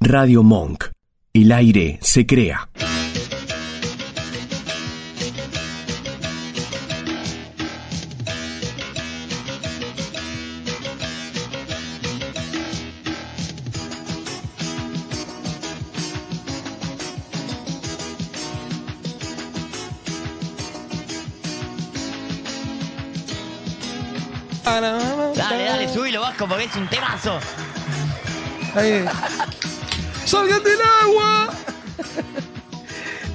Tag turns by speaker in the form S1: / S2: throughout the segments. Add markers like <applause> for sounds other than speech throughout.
S1: Radio Monk. El aire se crea.
S2: Dale, dale, subilo, Vasco, porque es un temazo.
S3: Ahí. ¡Salgan del
S2: <laughs>
S3: agua!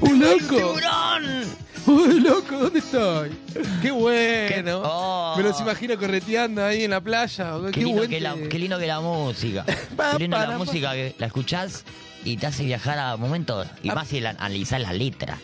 S3: ¡Un loco!
S2: ¡Tiburón!
S3: ¡Uy, loco! ¿Dónde estoy? ¡Qué bueno!
S2: Qué- oh.
S3: Me los imagino correteando ahí en la playa. ¡Qué,
S2: Qué lindo,
S3: buen
S2: que la,
S3: te-
S2: qué lindo que la
S3: <laughs>
S2: música.
S3: Pa,
S2: Qué lindo
S3: pa,
S2: la
S3: pa.
S2: música que la escuchás y te hace viajar a momentos.
S3: Ah.
S2: Y más si la- analizás las letras.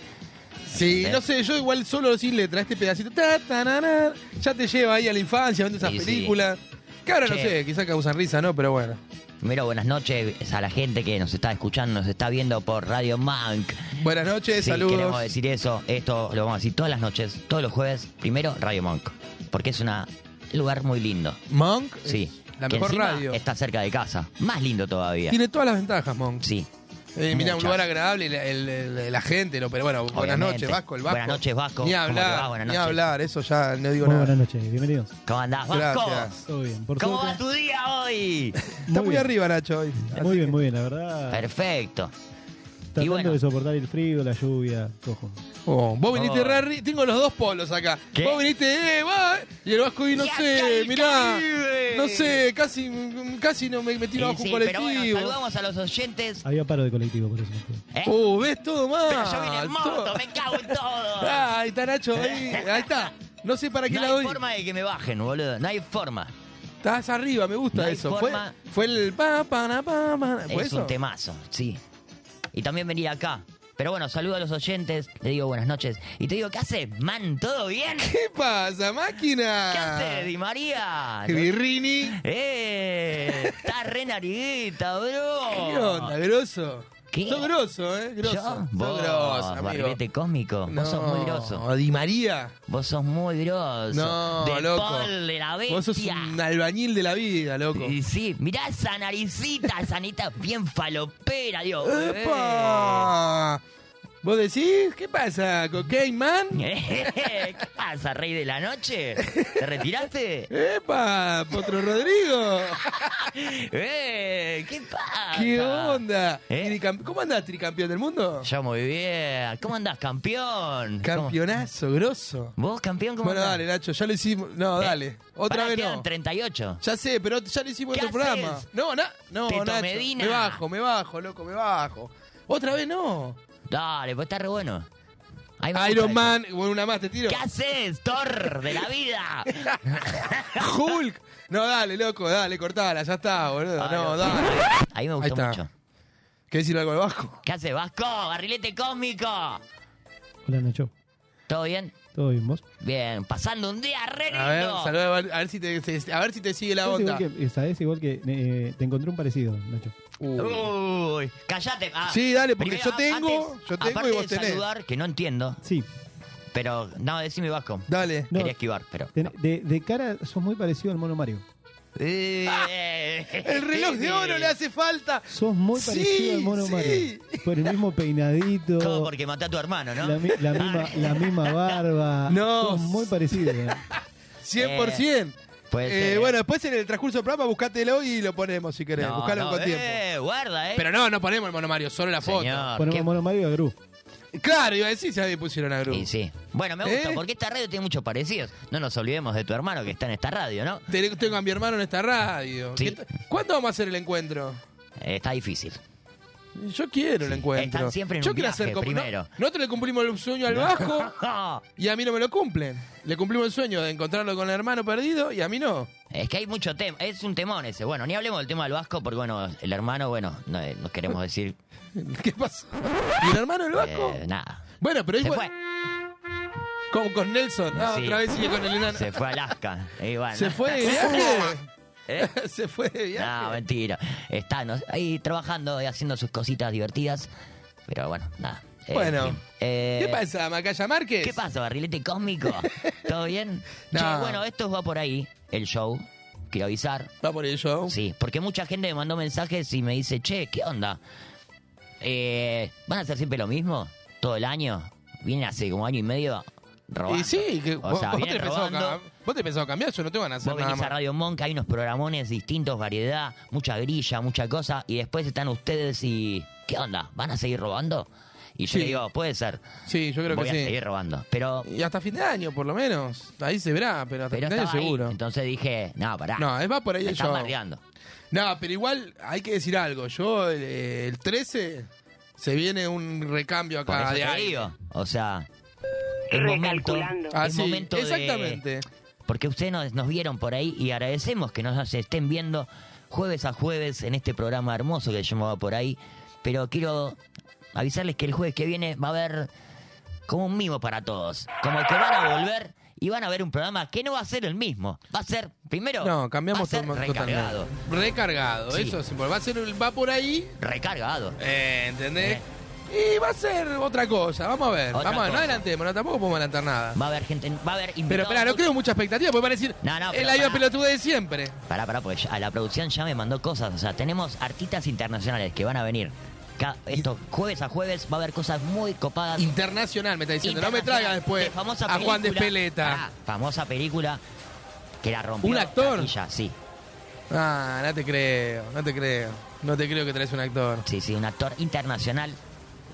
S3: Sí, no sé, yo igual solo sin letra, este pedacito. ta, ta, na, na, ya te lleva ahí a la infancia, viendo esas
S2: Sí, sí.
S3: películas. Que ahora no
S2: Che.
S3: sé, quizás causan risa, ¿no? Pero bueno.
S2: Primero, buenas noches a la gente que nos está escuchando, nos está viendo por Radio Monk.
S3: Buenas noches,
S2: Sí, queremos
S3: Eh, saludos.
S2: decir eso. Esto lo vamos a decir todas las noches, todos los jueves. Primero, Radio Monk. Porque es una- un lugar muy lindo.
S3: Monk, es
S2: Sí.
S3: la
S2: Que
S3: mejor
S2: encima
S3: radio.
S2: Está cerca de casa. Más lindo todavía.
S3: Tiene todas las ventajas, Monk.
S2: Sí.
S3: Eh, mira, un
S2: muchas.
S3: lugar agradable, la- el- el- la gente, lo- pero bueno, buenas
S2: Obviamente.
S3: noches, Vasco, el Vasco.
S2: Buenas noches, Vasco.
S3: Ni
S2: ¿Cómo te va?
S3: hablar,
S2: Buenas
S3: ni
S2: noches.
S3: hablar, eso ya no digo
S4: Muy
S3: nada.
S4: buenas noches, bienvenidos.
S2: ¿Cómo andás, Vasco?
S3: Gracias.
S4: Todo bien, por
S2: ¿Cómo va
S4: suerte.
S2: tu día hoy?
S3: Está muy,
S4: bien.
S3: arriba, Nacho, hoy. Así
S4: Muy bien,
S3: que-
S4: muy bien, la verdad.
S2: <laughs> Perfecto.
S4: Tratando
S2: bueno.
S4: de soportar el frío, la lluvia, cojo.
S3: Oh, vos viniste
S2: Oh.
S3: re arri- tengo los dos polos acá.
S2: ¿Qué?
S3: Vos viniste, eh, va, y el Vasco y no
S2: Y acá
S3: sé,
S2: el
S3: mirá,
S2: Caribe.
S3: no sé, casi, casi no me, me tiro
S2: Y
S3: bajo
S2: sí,
S3: un
S2: pero
S3: colectivo.
S2: bueno, saludamos a los oyentes.
S4: Había paro de colectivo, por eso no pude.
S2: ¿eh?
S3: Oh, ves todo mal.
S2: pero yo vine en moto,
S3: todo.
S2: me cago en
S3: <laughs>
S2: todo.
S3: Ah, ahí está Nacho, ahí, ahí está. No sé para qué
S2: No
S3: lado
S2: hay
S3: ir.
S2: forma de que me bajen, boludo. No hay forma.
S3: Estás arriba, me gusta
S2: No hay
S3: eso. Fue,
S2: forma.
S3: fue el pa, pa, na, pa, pa, na. ¿Fue
S2: Es
S3: eso?
S2: un temazo, sí. Y también venir acá. Pero bueno, saludo a los oyentes, le digo buenas noches. Y te digo, ¿qué haces, man? ¿Todo bien? ¿Qué
S3: ¿Qué pasa, máquina?
S2: haces, Di María?
S3: Birrini.
S2: ¡Eh! ¡Estás re nariguita, bro!
S3: ¿Qué onda, grosso?
S2: Oh. ¿Qué?
S3: Sos grosso, ¿eh? Grosso.
S2: ¿Yo?
S3: Sos
S2: Vos,
S3: grosso, amigo.
S2: barrilete cósmico. Vos sos muy groso.
S3: Di María.
S2: Vos sos muy groso.
S3: No,
S2: Del
S3: loco.
S2: Paul de la bestia.
S3: Vos sos un albañil de la vida, loco.
S2: Y sí, mirá esa naricita, esa anita bien falopera, Dios.
S3: ¡Epa! ¿Vos decís? ¿Qué pasa, Cocaine Man?
S2: Eh. <laughs> ¿Qué pasa, rey de la noche? ¿Te retiraste?
S3: ¡Epa! ¡Potro Rodrigo!
S2: <laughs> ¡Eh! ¿Qué pasa?
S3: ¿Qué onda?
S2: ¿Eh?
S3: Tricam- ¿Cómo andás, tricampeón del mundo?
S2: Yo muy bien. ¿Cómo andás, campeón?
S3: Campeonazo, grosso.
S2: ¿Cómo- ¿Vos, campeón, cómo
S3: Bueno,
S2: andás?
S3: dale, Nacho, ya lo hicimos. No,
S2: Eh,
S3: dale. Otra
S2: Pará,
S3: vez
S2: quedan
S3: no.
S2: 38.
S3: Ya sé, pero ya lo hicimos en
S2: ¿Qué
S3: otro programa.
S2: haces?
S3: No, na- no,
S2: Teto
S3: Nacho.
S2: Medina.
S3: Me bajo, me bajo, loco, me bajo. Otra vez no.
S2: Dale, pues está re bueno. Ahí me gusta
S3: Iron
S2: eso.
S3: Man, bueno, una más te tiro.
S2: ¿Qué haces, Thor de la vida?
S3: Hulk. No, dale, loco, dale, cortala, ya está, boludo. No,
S2: Iron
S3: dale.
S2: Man. Ahí me gustó
S3: Ahí está.
S2: mucho.
S3: ¿Querés decir algo al Vasco?
S2: ¿Qué haces, Vasco? Barrilete cósmico.
S4: Hola, Nacho.
S2: ¿Todo bien?
S4: ¿Todo bien, vos?
S2: Bien, pasando un día re lindo.
S3: A ver, saluda, a ver, a ver si te, se- a ver si te sigue la
S4: ¿Sabés
S3: onda.
S4: igual que, sabés igual que eh, te encontré un parecido, Nacho.
S3: Uh.
S2: Uy, callate. Ah,
S3: Sí, dale, porque yo tengo,
S2: antes,
S3: yo tengo y
S2: aparte
S3: vos
S2: de
S3: tenés.
S2: saludar, que no entiendo,
S4: Sí,
S2: pero no, decime Vasco.
S3: Dale.
S4: No.
S2: Quería esquivar, pero.
S4: ten- de, de cara sos muy parecido al mono Mario.
S2: Eh.
S3: <laughs> El reloj de oro le hace falta.
S4: Sos muy
S3: Sí,
S4: parecido al mono
S3: sí.
S4: Mario. Por el mismo
S2: <laughs>
S4: peinadito.
S2: Todo porque maté a tu hermano, ¿no? Ah,
S4: La, mi-
S2: <laughs>
S4: la misma, la misma barba.
S3: No.
S4: Sos muy parecido. ¿eh?
S3: 100%.
S2: Puede
S3: Eh,
S2: ser.
S3: bueno, después en el transcurso del programa buscátelo y lo ponemos si querés.
S2: No,
S3: Buscalo
S2: no,
S3: con tiempo.
S2: Eh, guarda, eh.
S3: Pero no, no ponemos el monomario, solo la foto.
S2: Señor,
S4: Ponemos
S2: Ah, qué-
S4: mono Mario y a Gru.
S3: Claro, iba a decir si a mí pusieron a Gru.
S2: Y sí. Bueno, me gusta,
S3: ¿Eh?
S2: porque esta radio tiene muchos parecidos. No nos olvidemos de tu hermano que está en esta radio, ¿no?
S3: Te- Tengo a mi hermano en esta radio.
S2: Sí.
S3: ¿Qué t- ¿Cuándo vamos a hacer el encuentro?
S2: Eh, está difícil.
S3: Yo quiero el encuentro.
S2: Están siempre en
S3: Yo
S2: un
S3: quiero
S2: viaje
S3: hacer como-
S2: primero.
S3: no- nosotros le cumplimos el sueño al
S2: <laughs>
S3: Vasco y a mí no me lo cumplen. Le cumplimos el sueño de encontrarlo con el hermano perdido y a mí no. <laughs>
S2: es que hay mucho tema. Es un temón ese. Bueno, ni hablemos del tema del Vasco, porque bueno, el hermano, bueno, no, eh, no queremos decir
S3: ¿Qué pasó? ¿Y el hermano del Vasco?
S2: eh, nada.
S3: bueno, pero es
S2: Se
S3: igual-
S2: fue.
S3: Con, con Nelson. Ah,
S2: Sí.
S3: otra vez sigue con el enano.
S2: Se fue
S3: <laughs>
S2: a Alaska. Y bueno,
S3: ¿Se fue de viaje?
S2: ¿eh?
S3: <laughs> ¿Se fue de <laughs>
S2: No,
S3: viaje?
S2: mentira. Está no- ahí trabajando y haciendo sus cositas divertidas. Pero bueno, nada. Eh,
S3: Bueno.
S2: en fin. Eh,
S3: ¿Qué pasa, Macaya Márquez?
S2: ¿Qué pasa, barrilete cósmico? ¿Todo bien?
S3: <laughs> No.
S2: Che, bueno, esto va por ahí, el show. quiero avisar.
S3: ¿Va por eso?
S2: Sí, porque mucha gente me mandó mensajes y me dice, che, ¿qué onda? Eh, ¿Van a hacer siempre lo mismo? ¿Todo el año? Vienen hace como año y medio robando.
S3: Y sí, que
S2: o
S3: vos,
S2: sea,
S3: vos te
S2: vienen
S3: pensabas
S2: robando.
S3: ca- vos te pensabas cambiar, yo no te van a hacer
S2: Vos
S3: nada
S2: venís a
S3: más.
S2: Radio Monk, hay unos programones distintos, variedad, mucha grilla, mucha cosa, y después están ustedes y... ¿Qué onda? ¿Van a seguir robando? Y yo
S3: Sí.
S2: le digo, puede ser,
S3: Sí, yo creo
S2: voy
S3: que
S2: a
S3: sí.
S2: seguir robando. Pero,
S3: Y hasta fin de año, por lo menos. Ahí se verá, pero hasta fin
S2: pero
S3: de año
S2: estaba ahí,
S3: seguro.
S2: entonces dije, no, pará,
S3: No, es va por ahí
S2: me
S3: el
S2: están
S3: show. Ah,
S2: bardeando.
S3: No, pero igual hay que decir algo. Yo, el, eh, el 13, se viene un recambio
S2: Por
S3: acá
S2: eso
S3: de
S2: te
S3: aire.
S2: digo, o sea... Es momento,
S5: Recalculando.
S3: Ah,
S2: es
S3: sí,
S2: momento de-
S3: exactamente.
S2: porque ustedes nos, nos vieron por ahí y agradecemos que nos estén viendo jueves a jueves en este programa hermoso que llamaba por ahí. Pero quiero avisarles que el jueves que viene va a haber como un mimo para todos. Como que van a volver y van a ver un programa que no va a ser el mismo. Va a ser, primero,
S3: No, cambiamos
S2: va a ser
S3: to-
S2: recargado.
S3: totalmente. Recargado,
S2: Sí.
S3: eso sí, porque va a ser el- va por ahí,
S2: Recargado.
S3: eh, ¿entendés? Y va a ser otra cosa, vamos a ver,
S2: Eh. Otra
S3: vamos a ver, no
S2: cosa.
S3: adelantemos, no, tampoco podemos adelantar nada.
S2: Va a haber gente, va a haber invitados.
S3: Pero espera, no
S2: mucho-
S3: creo mucha expectativa, porque van a decir,
S2: No, no,
S3: es
S2: pero
S3: la misma
S2: pará.
S3: pelotuda de siempre.
S2: Pará, pará, porque ya- a la producción ya me mandó cosas. O sea, tenemos artistas internacionales que van a venir. Ca- Esto, jueves a jueves, va a haber cosas muy copadas.
S3: Internacional, me está diciendo, no me
S2: Ah. Internacional,
S3: traigas después
S2: de famosa
S3: a Juan de
S2: película.
S3: Espeleta.
S2: Pará, famosa película que la rompió.
S3: ¿Un actor?
S2: taquilla, sí,
S3: Ah, no te creo, no te creo. No te creo que traes un actor.
S2: sí, sí, un actor internacional.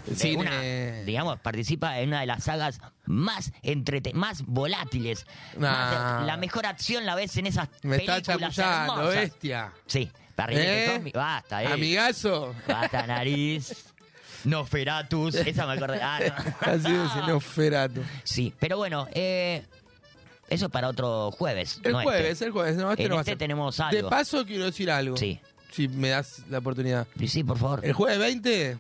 S2: de
S3: Cine.
S2: una, digamos, participa en una de las sagas más entrete más volátiles.
S3: Nah.
S2: Más- la mejor acción la ves en esas
S3: Me está
S2: películas
S3: chapullando,
S2: hermosas.
S3: bestia.
S2: Sí, la
S3: ¿Eh?
S2: Basta, eh. <laughs>
S3: Amigazo.
S2: Bata nariz. Nosferatus. Esa me acordé. Ah, no.
S3: <laughs> Ha sido sinoferato.
S2: Sí, pero bueno, eh, eso es para otro jueves.
S3: El
S2: no este.
S3: jueves, el jueves. No, este
S2: En
S3: no va a
S2: este
S3: ser.
S2: tenemos algo.
S3: De paso quiero decir algo.
S2: Sí.
S3: Si me das la oportunidad.
S2: Sí, Sí, por favor.
S3: El jueves 20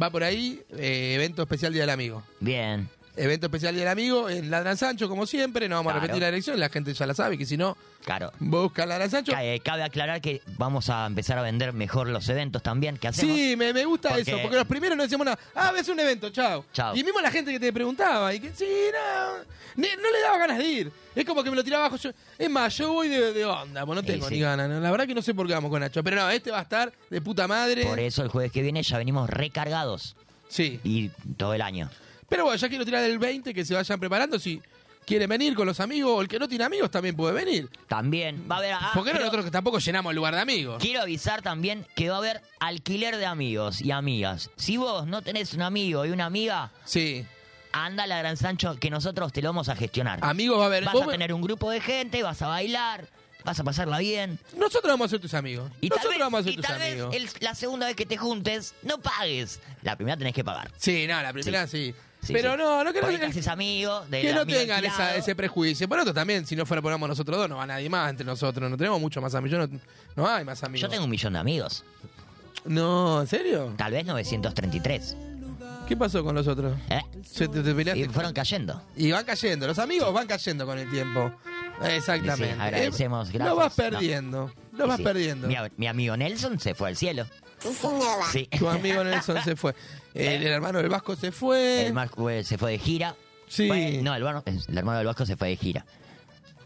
S3: va por ahí eh, evento especial Día del Amigo.
S2: Bien.
S3: Evento especial Día del Amigo en Ladran Sancho, como siempre. No vamos a
S2: Claro.
S3: repetir la dirección, la gente ya la sabe, que si no,
S2: Claro.
S3: busca Ladran Sancho.
S2: Ca- eh, Cabe aclarar que vamos a empezar a vender mejor los eventos también que hacemos.
S3: Sí, me, me gusta
S2: Porque-
S3: eso, porque los primeros no decíamos nada. Ah, ves un evento, chao.
S2: Chao.
S3: Y mismo la gente que te preguntaba, y que sí, no, ni- no le daba ganas de ir. Es como que me lo tiraba abajo. Yo, es más, yo voy de, de onda, pues no
S2: Y
S3: tengo
S2: sí.
S3: ni ganas. ¿no? La verdad que no sé por qué vamos con Nacho, pero no, este va a estar de puta madre.
S2: Por eso el jueves que viene ya venimos recargados.
S3: Sí.
S2: Y todo el año.
S3: Pero bueno, ya quiero tirar el 20, que se vayan preparando. Si quieren venir con los amigos, o el que no tiene amigos también puede venir.
S2: También va a haber. ah,
S3: porque
S2: creo-
S3: nosotros que tampoco llenamos el lugar de amigos?
S2: Quiero avisar también que va a haber alquiler de amigos y amigas. Si vos no tenés un amigo y una amiga,
S3: Sí.
S2: anda a la Gran Sancho que nosotros te lo vamos a gestionar.
S3: Amigos va a haber.
S2: vas
S3: vos
S2: a
S3: me-
S2: tener un grupo de gente, vas a bailar, vas a pasarla bien.
S3: Nosotros vamos a ser tus amigos.
S2: Y
S3: Nosotros
S2: tal vez,
S3: vamos a ser
S2: y
S3: tus
S2: tal vez
S3: amigos.
S2: el- la segunda vez que te juntes, no pagues. La primera tenés que pagar.
S3: Sí, no, la primera sí.
S2: Sí,
S3: Pero
S2: sí.
S3: no, no
S2: Porque
S3: queremos
S2: te haces amigo de
S3: que no tengan esa- ese prejuicio. Por otro también, si no fuera por ambos nosotros dos, no va nadie más entre nosotros. No tenemos mucho más amigos. Yo no, no hay más amigos.
S2: Yo tengo un millón de amigos.
S3: No, ¿en serio?
S2: Tal vez 933.
S3: ¿Qué pasó con los otros?
S2: ¿eh?
S3: Se- te, te peleaste
S2: Y fueron cayendo.
S3: Y van cayendo, los amigos van cayendo con el tiempo. Exactamente.
S2: Sí, agradecemos,
S3: Eh,
S2: gracias.
S3: Lo vas perdiendo, lo vas
S2: Sí.
S3: perdiendo.
S2: Mi, ab- mi amigo Nelson se fue al cielo. Sí.
S3: Tu amigo Nelson se
S2: <laughs>
S3: fue. El, el hermano del Vasco se fue.
S2: Eh. El Marco eh, se fue de gira.
S3: Sí.
S2: Fue- no, el, hermano- el hermano del Vasco se fue de gira.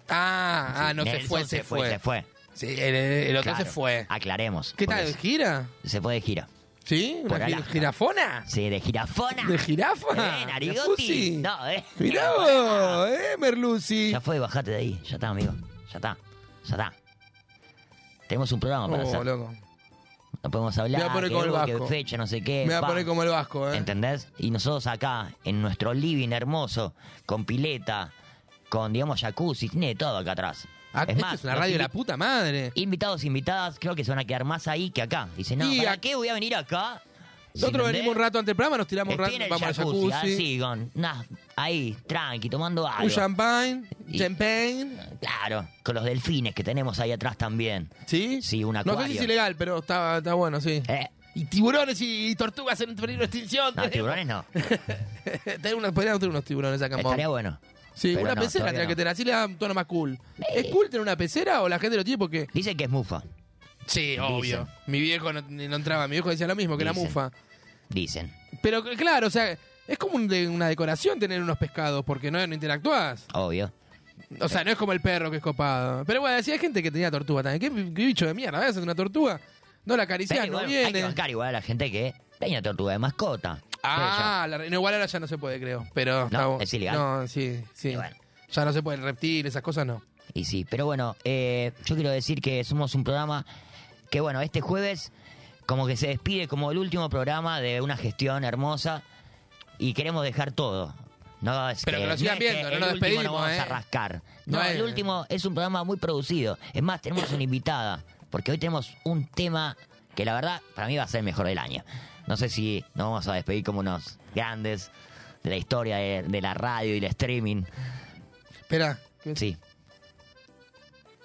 S3: Ah, ah, no se
S2: Nelson
S3: fue, se, fue.
S2: Se fue.
S3: Sí, el, el otro
S2: Claro, Ah,
S3: se fue.
S2: Aclaremos.
S3: ¿Qué
S2: porque
S3: tal?
S2: se-
S3: ¿Gira?
S2: Se fue de gira.
S3: ¿Sí?
S2: Por
S3: ¿Una gi-
S2: Alaska.
S3: girafona?
S2: Sí, de girafona.
S3: ¿De jirafa?
S2: Eh,
S3: ¿De
S2: narigoti.
S3: Fusi?
S2: No, eh. ah.
S3: Mirá vos, eh, Merluzzi.
S2: Ya fue, bajate de ahí. Ya está, amigo. Ya está. Ya está. Tenemos un programa para
S3: Oh,
S2: hacer.
S3: loco.
S2: No podemos hablar.
S3: Me voy a poner
S2: que
S3: como el
S2: hubo, que
S3: Vasco.
S2: fecha, no sé qué.
S3: Me va a
S2: pa.
S3: poner como el Vasco, eh.
S2: ¿Entendés? Y nosotros acá, en nuestro living hermoso, con pileta, con, digamos, jacuzzi, tiene todo acá atrás.
S3: Ah,
S2: Es
S3: esto
S2: más,
S3: es una
S2: los
S3: radio de la
S2: invi-
S3: puta madre.
S2: Invitados, invitadas, creo que se van a quedar más ahí que acá. Dicen, no,
S3: Y
S2: ¿para
S3: ac-
S2: qué voy a venir acá?
S3: Nosotros venimos un rato antes del programa, nos tiramos un rato,
S2: Estoy en el
S3: vamos al
S2: jacuzzi,
S3: jacuzzi.
S2: así, con, nah, ahí, tranqui, tomando algo.
S3: Un champagne,
S2: Y-
S3: champagne,
S2: Claro, con los delfines que tenemos ahí atrás también.
S3: ¿sí?
S2: Sí, un
S3: No sé si
S2: acuario.
S3: es ilegal, pero está, está bueno, sí.
S2: Eh, Ah,
S3: Y tiburones y, y tortugas en peligro de extinción.
S2: no,
S3: <laughs>
S2: tiburones no.
S3: Tener unos- Podríamos tener unos tiburones acá en Mon.
S2: Estaría bueno.
S3: Sí,
S2: pero
S3: una
S2: no,
S3: pecera
S2: todavía
S3: tenés que
S2: no.
S3: tener, así le da un tono más cool. ¿Es cool tener una pecera o la gente lo tiene porque...?
S2: Dicen que es mufa.
S3: Sí, obvio. Mi viejo no, no entraba, mi viejo decía lo mismo, que la
S2: Dicen.
S3: mufa.
S2: Dicen.
S3: Pero c- claro, o sea, es como un de- una decoración tener unos pescados, porque no, no interactúas.
S2: Obvio.
S3: O sea, no es como el perro que es copado. Pero bueno, si hay gente que tenía tortuga también. ¿Qué, qué bicho de mierda? ¿Ves? Es una tortuga. No la acarician,
S2: igual,
S3: no
S2: hay que
S3: viene.
S2: bancar igual a la gente que tenía tortuga de mascota.
S3: Ah, la, re- no, igual ahora ya no se puede, creo. Pero está bu-
S2: es ilegal.
S3: No, sí, sí.
S2: Y bueno.
S3: Ya no se puede el reptil, esas cosas no.
S2: Y sí, pero bueno, eh, yo quiero decir que somos un programa que, bueno, este jueves como que se despide como el último programa de una gestión hermosa y queremos dejar todo. No, es
S3: Pero que lo
S2: no
S3: sigan
S2: es que
S3: viendo, no
S2: el
S3: nos
S2: último
S3: despedimos,
S2: vamos
S3: ¿eh?
S2: a rascar. No,
S3: No es-
S2: el último es un programa muy producido. Es más, tenemos una invitada, porque hoy tenemos un tema que la verdad para mí va a ser el mejor del año. No sé si nos vamos a despedir como unos grandes de la historia de, de la radio y el streaming.
S3: Espera. ¿qué-
S2: Sí.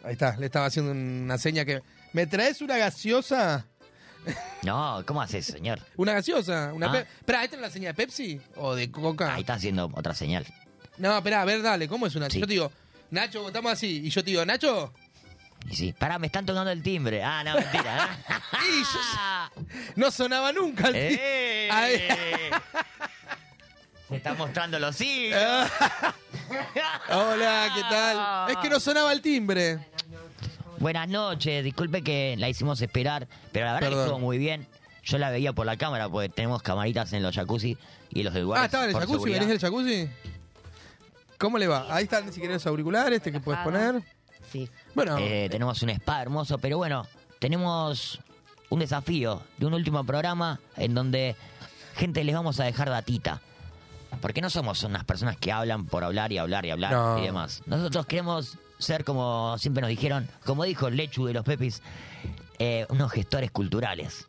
S3: Ahí está, le estaba haciendo una seña que. ¿Me traes una gaseosa?
S2: No, ¿cómo haces, señor?
S3: ¿Una gaseosa? Una
S2: Ah.
S3: pe- Espera, ¿esta es la seña de Pepsi? ¿O de Coca?
S2: Ahí está haciendo otra señal.
S3: No, espera, a ver, dale, ¿cómo es una?
S2: Sí.
S3: Yo te digo, Nacho, votamos así. Y yo te digo, Nacho.
S2: Y sí. Pará, me están tocando el timbre. Ah, no, mentira.
S3: <laughs> Y yo- no sonaba nunca el ti-
S2: ¡Eh!
S3: Ahí.
S2: Se está mostrando los sí.
S3: Hola, ¿qué tal? Es que no sonaba el timbre.
S2: Buenas noches, disculpe que la hicimos esperar, pero la verdad
S3: Perdón.
S2: que estuvo muy bien. Yo la veía por la cámara porque tenemos camaritas en los jacuzzi y los lugares.
S3: Ah, estaba en el
S2: por
S3: jacuzzi,
S2: seguridad.
S3: ¿venís del jacuzzi? ¿Cómo le va? Ahí están, si querés, los auriculares, te que puedes poner.
S5: Sí.
S3: Bueno,
S2: Eh, tenemos un spa hermoso, pero bueno, tenemos un desafío de un último programa en donde, gente, les vamos a dejar datita. Porque no somos unas personas que hablan por hablar y hablar y hablar
S3: No.
S2: y demás. Nosotros queremos ser, como siempre nos dijeron, como dijo Lechu de los Pepis, eh, unos gestores culturales.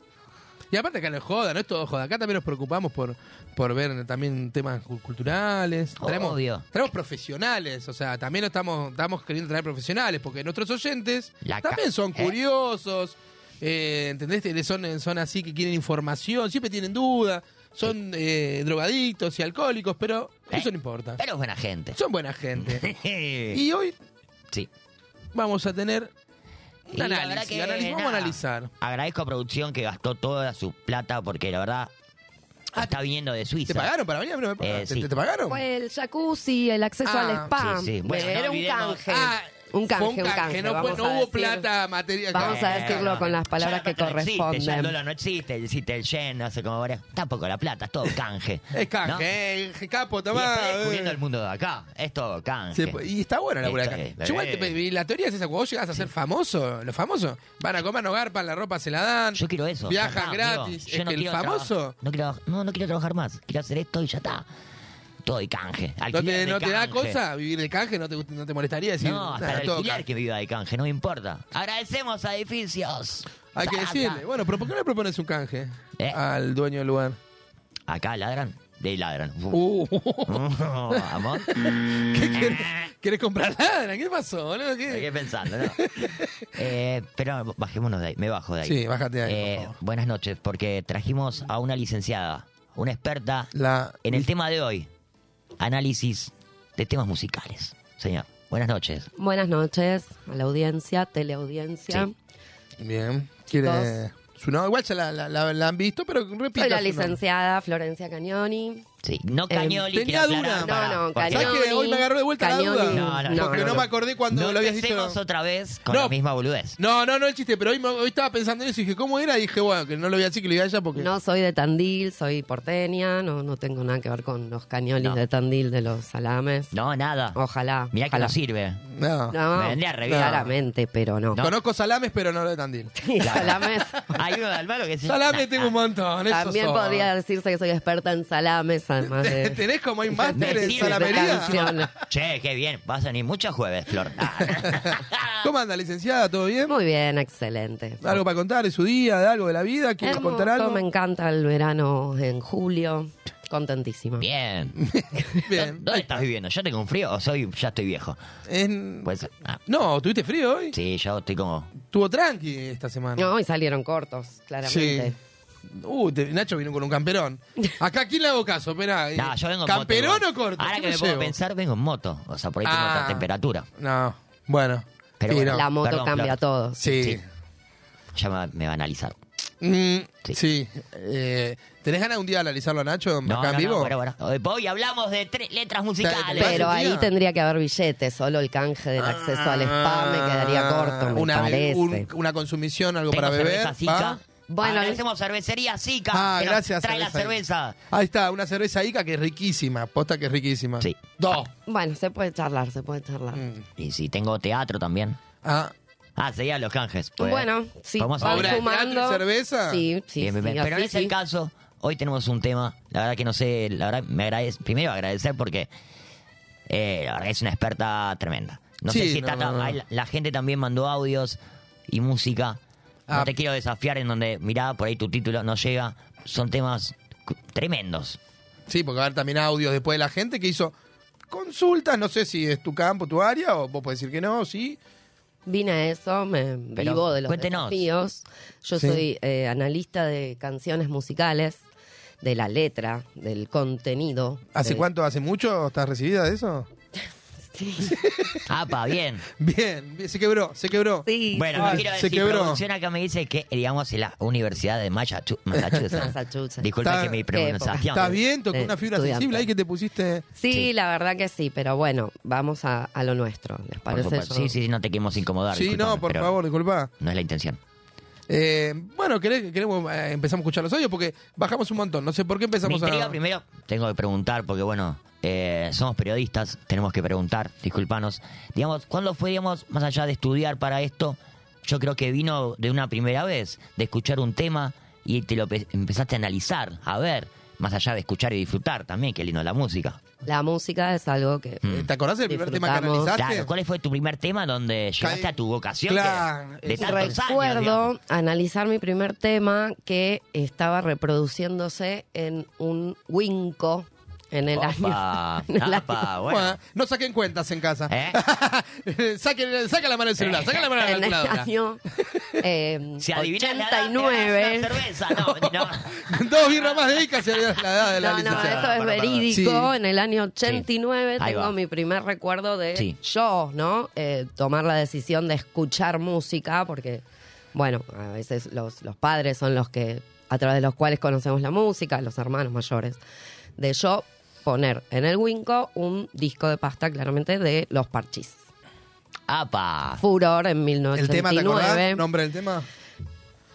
S3: y aparte acá no es joda, no es todo joda. Acá también nos preocupamos por, por ver también temas cu- culturales. Traemos,
S2: Obvio.
S3: traemos profesionales, o sea, también no estamos, estamos queriendo traer profesionales, porque nuestros oyentes
S2: La ca-
S3: también son
S2: ¿Eh?
S3: curiosos, eh, ¿entendés? Eh, Son, son así que quieren información, siempre tienen dudas, son eh, drogadictos y alcohólicos, pero eso
S2: ¿Eh?
S3: no importa.
S2: Pero es buena gente. <laughs>
S3: Son buena gente.
S2: sí.
S3: y hoy vamos a tener un
S2: Y la
S3: análisis,
S2: verdad que
S3: análisis. Vamos a
S2: nada.
S3: analizar.
S2: Agradezco a producción que gastó toda su plata porque la verdad
S3: Ah,
S2: está viniendo de Suiza.
S3: ¿Te pagaron para venir? No me pagaron.
S2: Eh,
S3: ¿Te,
S2: sí.
S3: te- te pagaron?
S5: Fue el jacuzzi, el acceso
S3: Ah,
S5: al spa.
S2: sí, sí. Bueno,
S5: Era
S2: no
S5: un
S2: olvidemos-
S5: canje.
S3: Ah,
S5: un canje,
S3: fue
S5: un canje.
S3: No, fue-
S5: vamos
S3: no
S5: a
S3: hubo
S5: decir.
S3: plata material.
S5: Vamos a
S3: Eh,
S5: decirlo con las palabras
S2: Ya
S5: que
S2: la plata no existe, ya el
S5: corresponden.
S2: dólar no existe, existe el yen, no sé cómo ahora. Tampoco la plata, es todo canje.
S3: <laughs> Es canje,
S2: ¿no?
S3: eh, je- capo,
S2: Y
S3: tomá.
S2: está descubriendo
S3: eh.
S2: el mundo eh, de acá, es todo canje.
S3: Se po- y está buena la
S2: Esto
S3: bola acá.
S2: es,
S3: Yo igual te
S2: bebé.
S3: pedí- la teoría es esa, cuando vos llegás a ser famoso, los famosos van a comer, no garpan, la ropa se la dan,
S2: Yo quiero eso. ya
S3: viajan
S2: está, amigo.
S3: gratis,
S2: Yo
S3: es
S2: no
S3: que el
S2: quiero traba-
S3: famoso
S2: no, quiero, no, no quiero trabajar más, quiero hacer esto y ya está. Todo de canje.
S3: no te,
S2: alquiler de
S3: no te da
S2: canje.
S3: cosa vivir el canje, no te, gust- no te molestaría decir
S2: no, hasta
S3: "Nah,
S2: el
S3: todo
S2: alquiler
S3: canje".
S2: que viva de canje, no me importa. Agradecemos a edificios.
S3: Hay que
S2: Plata.
S3: decirle, bueno, pero ¿por qué no le propones un canje
S2: Eh.
S3: al dueño del lugar?
S2: Acá ladran, de ahí ladran.
S3: Uh,
S2: <laughs>
S3: <laughs>
S2: amor.
S3: ¿Querés comprar ladra? ¿Qué pasó, boludo? ¿Qué?
S2: Estoy pensando,
S3: <laughs>
S2: ¿no? Eh, pero bajémonos de ahí, me bajo de ahí.
S3: Sí, bájate de ahí,
S2: Eh,
S3: por favor.
S2: buenas noches, porque trajimos a una licenciada, una experta
S3: La,
S2: en el tema de hoy. Análisis de temas musicales. Señor, buenas noches.
S5: Buenas noches a la audiencia, teleaudiencia.
S2: Sí.
S3: Bien. ¿Quiere su nombre? Igual ya la, la- la- la han visto, pero repita
S5: Soy la
S3: su nombre.
S5: licenciada Florencia Cañoni.
S2: Sí, no Cañoli,
S3: Eh, tenía
S2: quiero aclarar,
S3: duda.
S2: pará,
S5: No, no,
S2: porque-
S5: Cañoli.
S3: ¿Sabes que hoy me agarró de vuelta
S5: Cañoni.
S3: la duda?
S2: No, no,
S3: Porque
S2: no,
S3: no,
S2: no.
S3: me acordé cuando
S2: No
S3: lo habías dicho.
S2: empecemos otra vez con
S3: No.
S2: la misma boludez.
S3: No, no, no el chiste, pero hoy, me- hoy estaba pensando en eso y dije, ¿cómo era? Y dije, bueno, que no lo voy a decir, que lo voy a ella porque...
S5: No soy de Tandil, soy porteña, no, no tengo nada que ver con los cañolis
S2: No.
S5: de Tandil de los salames.
S2: No, nada.
S5: Ojalá.
S2: Mirá que
S5: ojalá.
S3: <laughs>
S2: no sirve.
S3: No.
S5: No,
S2: Me vendría re bien.
S5: claramente, pero no. <laughs>
S3: Conozco salames, pero no lo de
S2: <laughs>
S3: Tandil.
S5: Sí, salames.
S2: Hay uno del malo que Ah, se
S3: Salames tengo un montón, eso
S5: También podría decirse que soy experta en salames, además
S3: <laughs>
S5: de...
S3: ¿Tenés como hay
S5: <laughs> de
S3: máster en
S5: decirles de
S3: salamería?
S5: canciones.
S2: Che, qué bien. Vas a venir muchos
S3: <laughs>
S2: jueves, Flor. Ah.
S3: ¿Cómo anda, licenciada? ¿Todo bien?
S5: Muy bien, excelente.
S3: ¿Algo para contar de su día, de algo de la vida? ¿Quieres
S5: Hermoso,
S3: contar algo?
S5: Me encanta el verano en julio. Contentísima.
S2: Bien.
S3: <laughs> Bien.
S2: ¿Dónde estás viviendo? ¿Yo tengo un frío o soy, ya estoy viejo?
S3: En-
S2: Pues, ah,
S3: No, ¿tuviste frío hoy?
S2: sí, yo estoy como...
S3: Estuvo tranqui esta semana.
S5: No, y salieron cortos, claramente.
S3: Sí. Uh, te- Nacho vino con un
S2: <laughs>
S3: camperón. Acá, ¿quién le hago caso? Esperá. eh,
S2: No, yo vengo en
S3: ¿Camperón
S2: moto,
S3: o corto?
S2: Ahora
S3: ¿Qué
S2: que
S3: me
S2: me puedo
S3: llevo?
S2: pensar, vengo en moto. O sea, por ahí tengo
S3: Ah.
S2: otra temperatura.
S3: No, bueno.
S2: Pero
S3: Sí,
S2: bueno,
S3: no.
S5: La moto
S2: Perdón,
S5: cambia
S2: Flor.
S5: todo.
S3: Sí.
S2: sí. Ya me, va- me va a analizar.
S3: Mm,
S2: Sí.
S3: sí. Eh, ¿Tenés ganas un día de analizarlo a Nacho
S2: No,
S3: acá
S2: no,
S3: en vivo?
S2: no, pará, pará. Hoy- Hoy hablamos de tres letras musicales.
S3: Dale,
S5: Pero
S3: ¿Vas un
S5: ahí
S3: día?
S5: tendría que haber billetes, solo el canje del acceso al spa me quedaría corto, me
S3: Ah, una, be-
S5: parece.
S3: un- una consumición, algo
S2: Tengo
S3: para beber.
S2: cerveza Zika.
S3: ¿va?
S5: Bueno,
S2: Agradecemos cervecería Zika.
S3: Ah,
S2: que nos
S3: gracias.
S2: Trae la cerveza.
S3: Ica. Ahí está, una cerveza Ica que es riquísima. Posta que es riquísima.
S2: Sí.
S3: Dos.
S5: Bueno, se puede charlar, se puede charlar.
S3: Mm.
S2: Y si tengo teatro también.
S3: Ah,
S2: Ah, sería Los Canjes. pues.
S5: bueno, sí,
S2: Vamos a
S5: van
S2: ver. Obra
S3: de
S5: sumando.
S3: teatro y cerveza.
S5: Sí, sí,
S2: Bien, bien, bien.
S5: sí,
S2: Pero
S5: así
S2: no es el
S5: sí.
S2: caso. Hoy tenemos un tema. La verdad que no sé. La verdad, me agradece. Primero agradecer porque. eh, la verdad que es una experta tremenda. No sé
S3: Sí,
S2: si
S3: no,
S2: está tan-
S3: no, no.
S2: ay, la, la gente también mandó audios y música. No
S3: Ah.
S2: te quiero desafiar en donde, mirá, por ahí tu título no llega. Son temas cu- tremendos.
S3: sí, porque va a haber también audios después de la gente que hizo consultas. No sé si es tu campo, tu área, o vos podés decir que no, sí.
S5: Vine a eso, me
S2: Pero
S5: vivo de los
S2: cuéntenos.
S5: desafíos. Yo
S4: Sí.
S5: soy eh, analista de canciones musicales, de la letra, del contenido.
S3: ¿Hace
S5: del-
S3: cuánto? ¿Hace mucho estás recibida de eso? <laughs>
S5: Sí,
S2: Apa, bien.
S3: Bien, bien, se quebró, se quebró.
S5: <laughs> sí.
S2: Bueno, no
S3: Ay,
S2: quiero
S3: se
S2: decir,
S3: quebró.
S2: producción acá me dice que, digamos, en la Universidad de Machachu- Massachusetts.
S5: <laughs> <laughs> Massachusetts.
S2: Disculpa
S3: Está-
S2: que mi
S5: Qué época.
S2: pronunciación.
S3: ¿Estás bien? Tocó
S5: Eh,
S3: una fibra
S5: estudiante.
S3: sensible ahí que te pusiste.
S5: Sí,
S2: Sí.
S5: la verdad que sí, pero bueno, vamos a, a lo nuestro, ¿les
S2: Por
S5: parece?
S2: supuesto.
S5: Yo-
S2: Sí, sí, no te queremos incomodar.
S3: sí,
S2: Ah, discúlpame,
S3: no, por
S2: pero
S3: favor, disculpa.
S2: No es la intención.
S3: Eh, bueno, ¿querés- queremos, eh, empezamos a escuchar los audios porque bajamos un montón. No sé por qué
S2: Me
S3: empezamos
S2: intriga
S3: a.
S2: primero, tengo que preguntar, porque bueno, eh, somos periodistas, tenemos que preguntar, disculpanos. Digamos, ¿cuándo fue, digamos, más allá de estudiar para esto? Yo creo que vino de una primera vez, de escuchar un tema y te lo pe- empezaste a analizar, a ver, más allá de escuchar y disfrutar también, qué lindo la música.
S5: La música es algo que...
S2: Mm.
S3: Eh, ¿Te acordás del primer tema que
S5: Disfrutamos.
S3: analizaste?
S2: Claro, ¿cuál fue tu primer tema donde llegaste a tu vocación? que-
S3: Claro,
S2: de
S3: es-
S2: tantos años,
S5: Recuerdo
S2: digamos?
S5: analizar mi primer tema que estaba reproduciéndose en un winco en el año...
S2: Opa,
S5: en el
S2: apa,
S5: año-
S2: bueno.
S3: Bueno, no saquen cuentas en casa.
S2: ¿Eh?
S3: <laughs> Saquen- saca la mano del celular, saca la mano de la
S5: <laughs> en el
S3: calculadora.
S2: <laughs>
S5: año eh,
S2: Si adivinas la edad, te ganas
S5: 89.
S2: una cerveza. No,
S3: <laughs>
S2: no.
S3: Dos birras más de Ica se había la edad de la
S5: No, no,
S3: licenciada.
S5: esto es
S2: Para, para.
S5: verídico.
S3: Sí.
S5: En el año 89
S2: Sí. Ahí
S5: tengo
S2: va.
S5: mi primer recuerdo de
S2: Sí.
S5: yo, ¿no? Eh, tomar la decisión de escuchar música, porque, bueno, a veces los, los padres son los que, a través de los cuales conocemos la música, los hermanos mayores. De yo poner en el Winco un disco de pasta, claramente, de Los Parchís.
S2: Apa.
S5: Furor en
S3: ¿El tema te acordás?
S5: 1989.
S3: ¿Nombre del tema?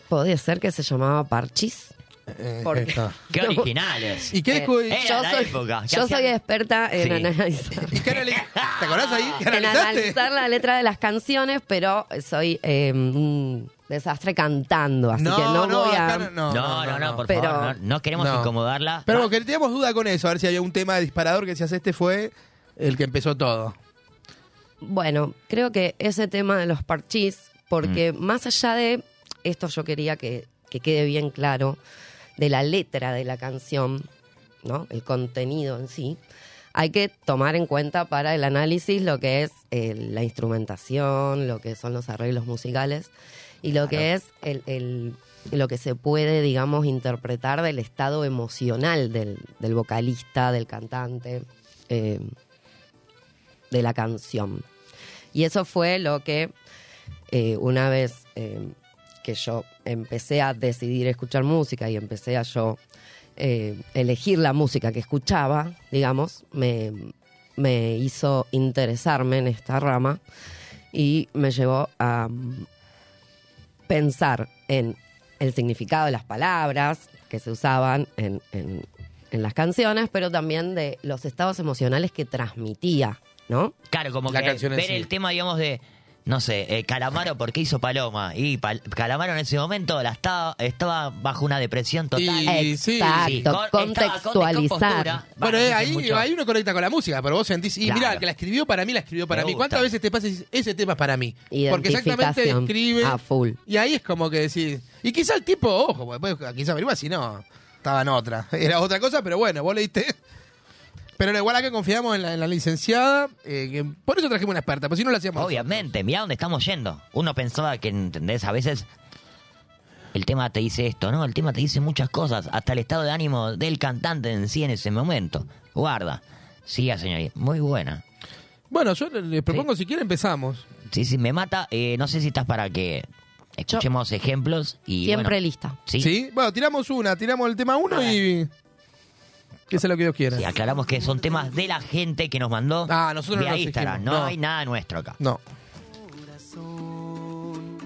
S5: Podía ser que se llamaba Parchís.
S3: Eh,
S5: Porque-
S3: esta.
S2: Qué originales.
S3: ¿Y qué,
S5: Eh,
S3: cu-
S2: Era
S5: yo
S2: la
S5: soy,
S2: época, que
S5: yo
S2: hacían-
S5: soy experta en
S2: Sí.
S5: analizar.
S3: y qué anali- ¿Te acordás ahí? ¿Qué
S5: en
S3: analizaste?
S5: analizar la letra de las canciones, pero soy eh, un desastre cantando, así que no, voy a...
S3: acá no, no,
S2: No, no, no, por
S5: Pero-
S2: favor, no, no queremos
S3: No.
S2: incomodarla.
S3: Pero porque teníamos duda con eso, a ver si había un tema de disparador que decías, este fue el que empezó todo.
S5: Bueno, creo que ese tema de los parchís, porque más allá de esto yo quería que, que quede bien claro, de la letra de la canción, ¿no? El contenido en sí, hay que tomar en cuenta para el análisis lo que es eh, la instrumentación, lo que son los arreglos musicales y lo que es el, el- lo que se puede, digamos, interpretar del estado emocional del, del vocalista, del cantante. eh, de la canción. Y eso fue lo que eh, una vez eh, que yo empecé a decidir escuchar música y empecé a yo eh, elegir la música que escuchaba, digamos, me, me hizo interesarme en esta rama y me llevó a mm, pensar en el significado de las palabras que se usaban en, en- en las canciones, pero también de los estados emocionales que transmitía, ¿no?
S2: Ah, Claro, como
S3: La
S2: que
S3: canción en
S2: ver
S3: sí.
S2: el tema, digamos, de, no sé, eh, Calamaro, ¿por qué hizo Paloma? Y Pal- Calamaro en ese momento la estaba, estaba bajo una depresión total.
S3: Y- sí,
S5: Exacto,
S2: Sí, con- estaba con
S5: contextualizar.
S2: descompostura.
S3: Bueno,
S2: Bueno,
S3: eh,
S2: eso es
S3: ahí,
S2: mucho.
S3: ahí uno conecta con la música, pero vos sentís, y
S2: Claro.
S3: mirá, el que la escribió para mí, la escribió para
S2: Me
S3: mí.
S2: gusta.
S3: ¿Cuántas veces te pasa y dices, ese tema es para mí? Porque exactamente
S5: Identificación
S3: describe.
S5: a full.
S3: Y ahí es como que decís. Y quizá el tipo, ojo, porque después quizá averigua si no, estaba en otra. <laughs> Era otra cosa, pero bueno, vos leíste. Pero igual acá confiamos en la, en la licenciada, eh, que por eso trajimos una experta, pues si no la hacíamos.
S2: Obviamente, mirá dónde estamos yendo. Uno pensaba que, ¿entendés? A veces el tema te dice esto, ¿no? El tema te dice muchas cosas, hasta el estado de ánimo del cantante en sí en ese momento. Guarda. Siga, señorita. Muy buena.
S3: Bueno, yo les propongo, si quiere empezamos.
S2: Sí, sí, me mata. Eh, no sé si estás para que Escuchemos ejemplos y.
S5: Siempre
S2: bueno,
S5: lista.
S2: ¿sí?
S3: ¿Sí? Bueno, tiramos una, tiramos el tema uno y. Que sea lo que Dios quiera.
S2: Y aclaramos que son temas de la gente que nos mandó
S3: Ah, nosotros no
S2: vía
S3: los
S2: Instagram.
S3: elegimos,
S2: No,
S3: no.
S2: hay nada nuestro acá.
S3: No.
S6: corazón.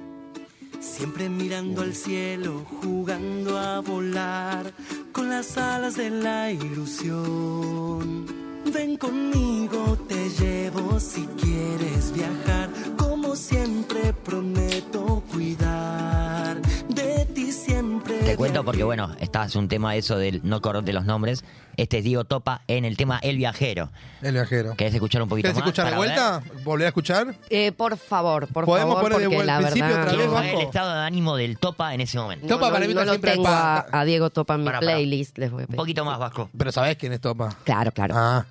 S6: Siempre mirando al cielo, jugando a volar con las alas de la ilusión. Ven conmigo, te llevo si quieres viajar. Como siempre prometo cuidar de ti siempre.
S2: Te cuento porque, bueno, está hace un tema eso del no de los nombres. Este es Diego Topa en el tema El Viajero.
S3: El viajero.
S2: ¿Querés escuchar un poquito
S3: ¿Querés
S2: más?
S3: escuchar de
S2: para
S3: vuelta? ¿Volver a escuchar?
S5: Eh, por favor, por
S3: Podemos
S5: favor,
S3: poner de
S5: porque
S3: vuelta
S5: la
S3: al principio
S5: verdad...
S3: otra
S2: ver
S3: vez,
S5: no,
S3: va.
S2: cuál es el
S3: Vasco?
S2: estado de ánimo del Topa en ese momento?
S3: Topa
S5: no,
S3: para mí
S5: no lo
S3: siempre
S5: tengo
S3: va.
S5: a, a Diego Topa en mi
S2: Pará, pará.
S5: playlist, les voy a
S2: Un
S5: pedir.
S2: poquito más, Vasco.
S3: Pero sabés quién es Topa.
S5: Claro, claro.
S3: Ah.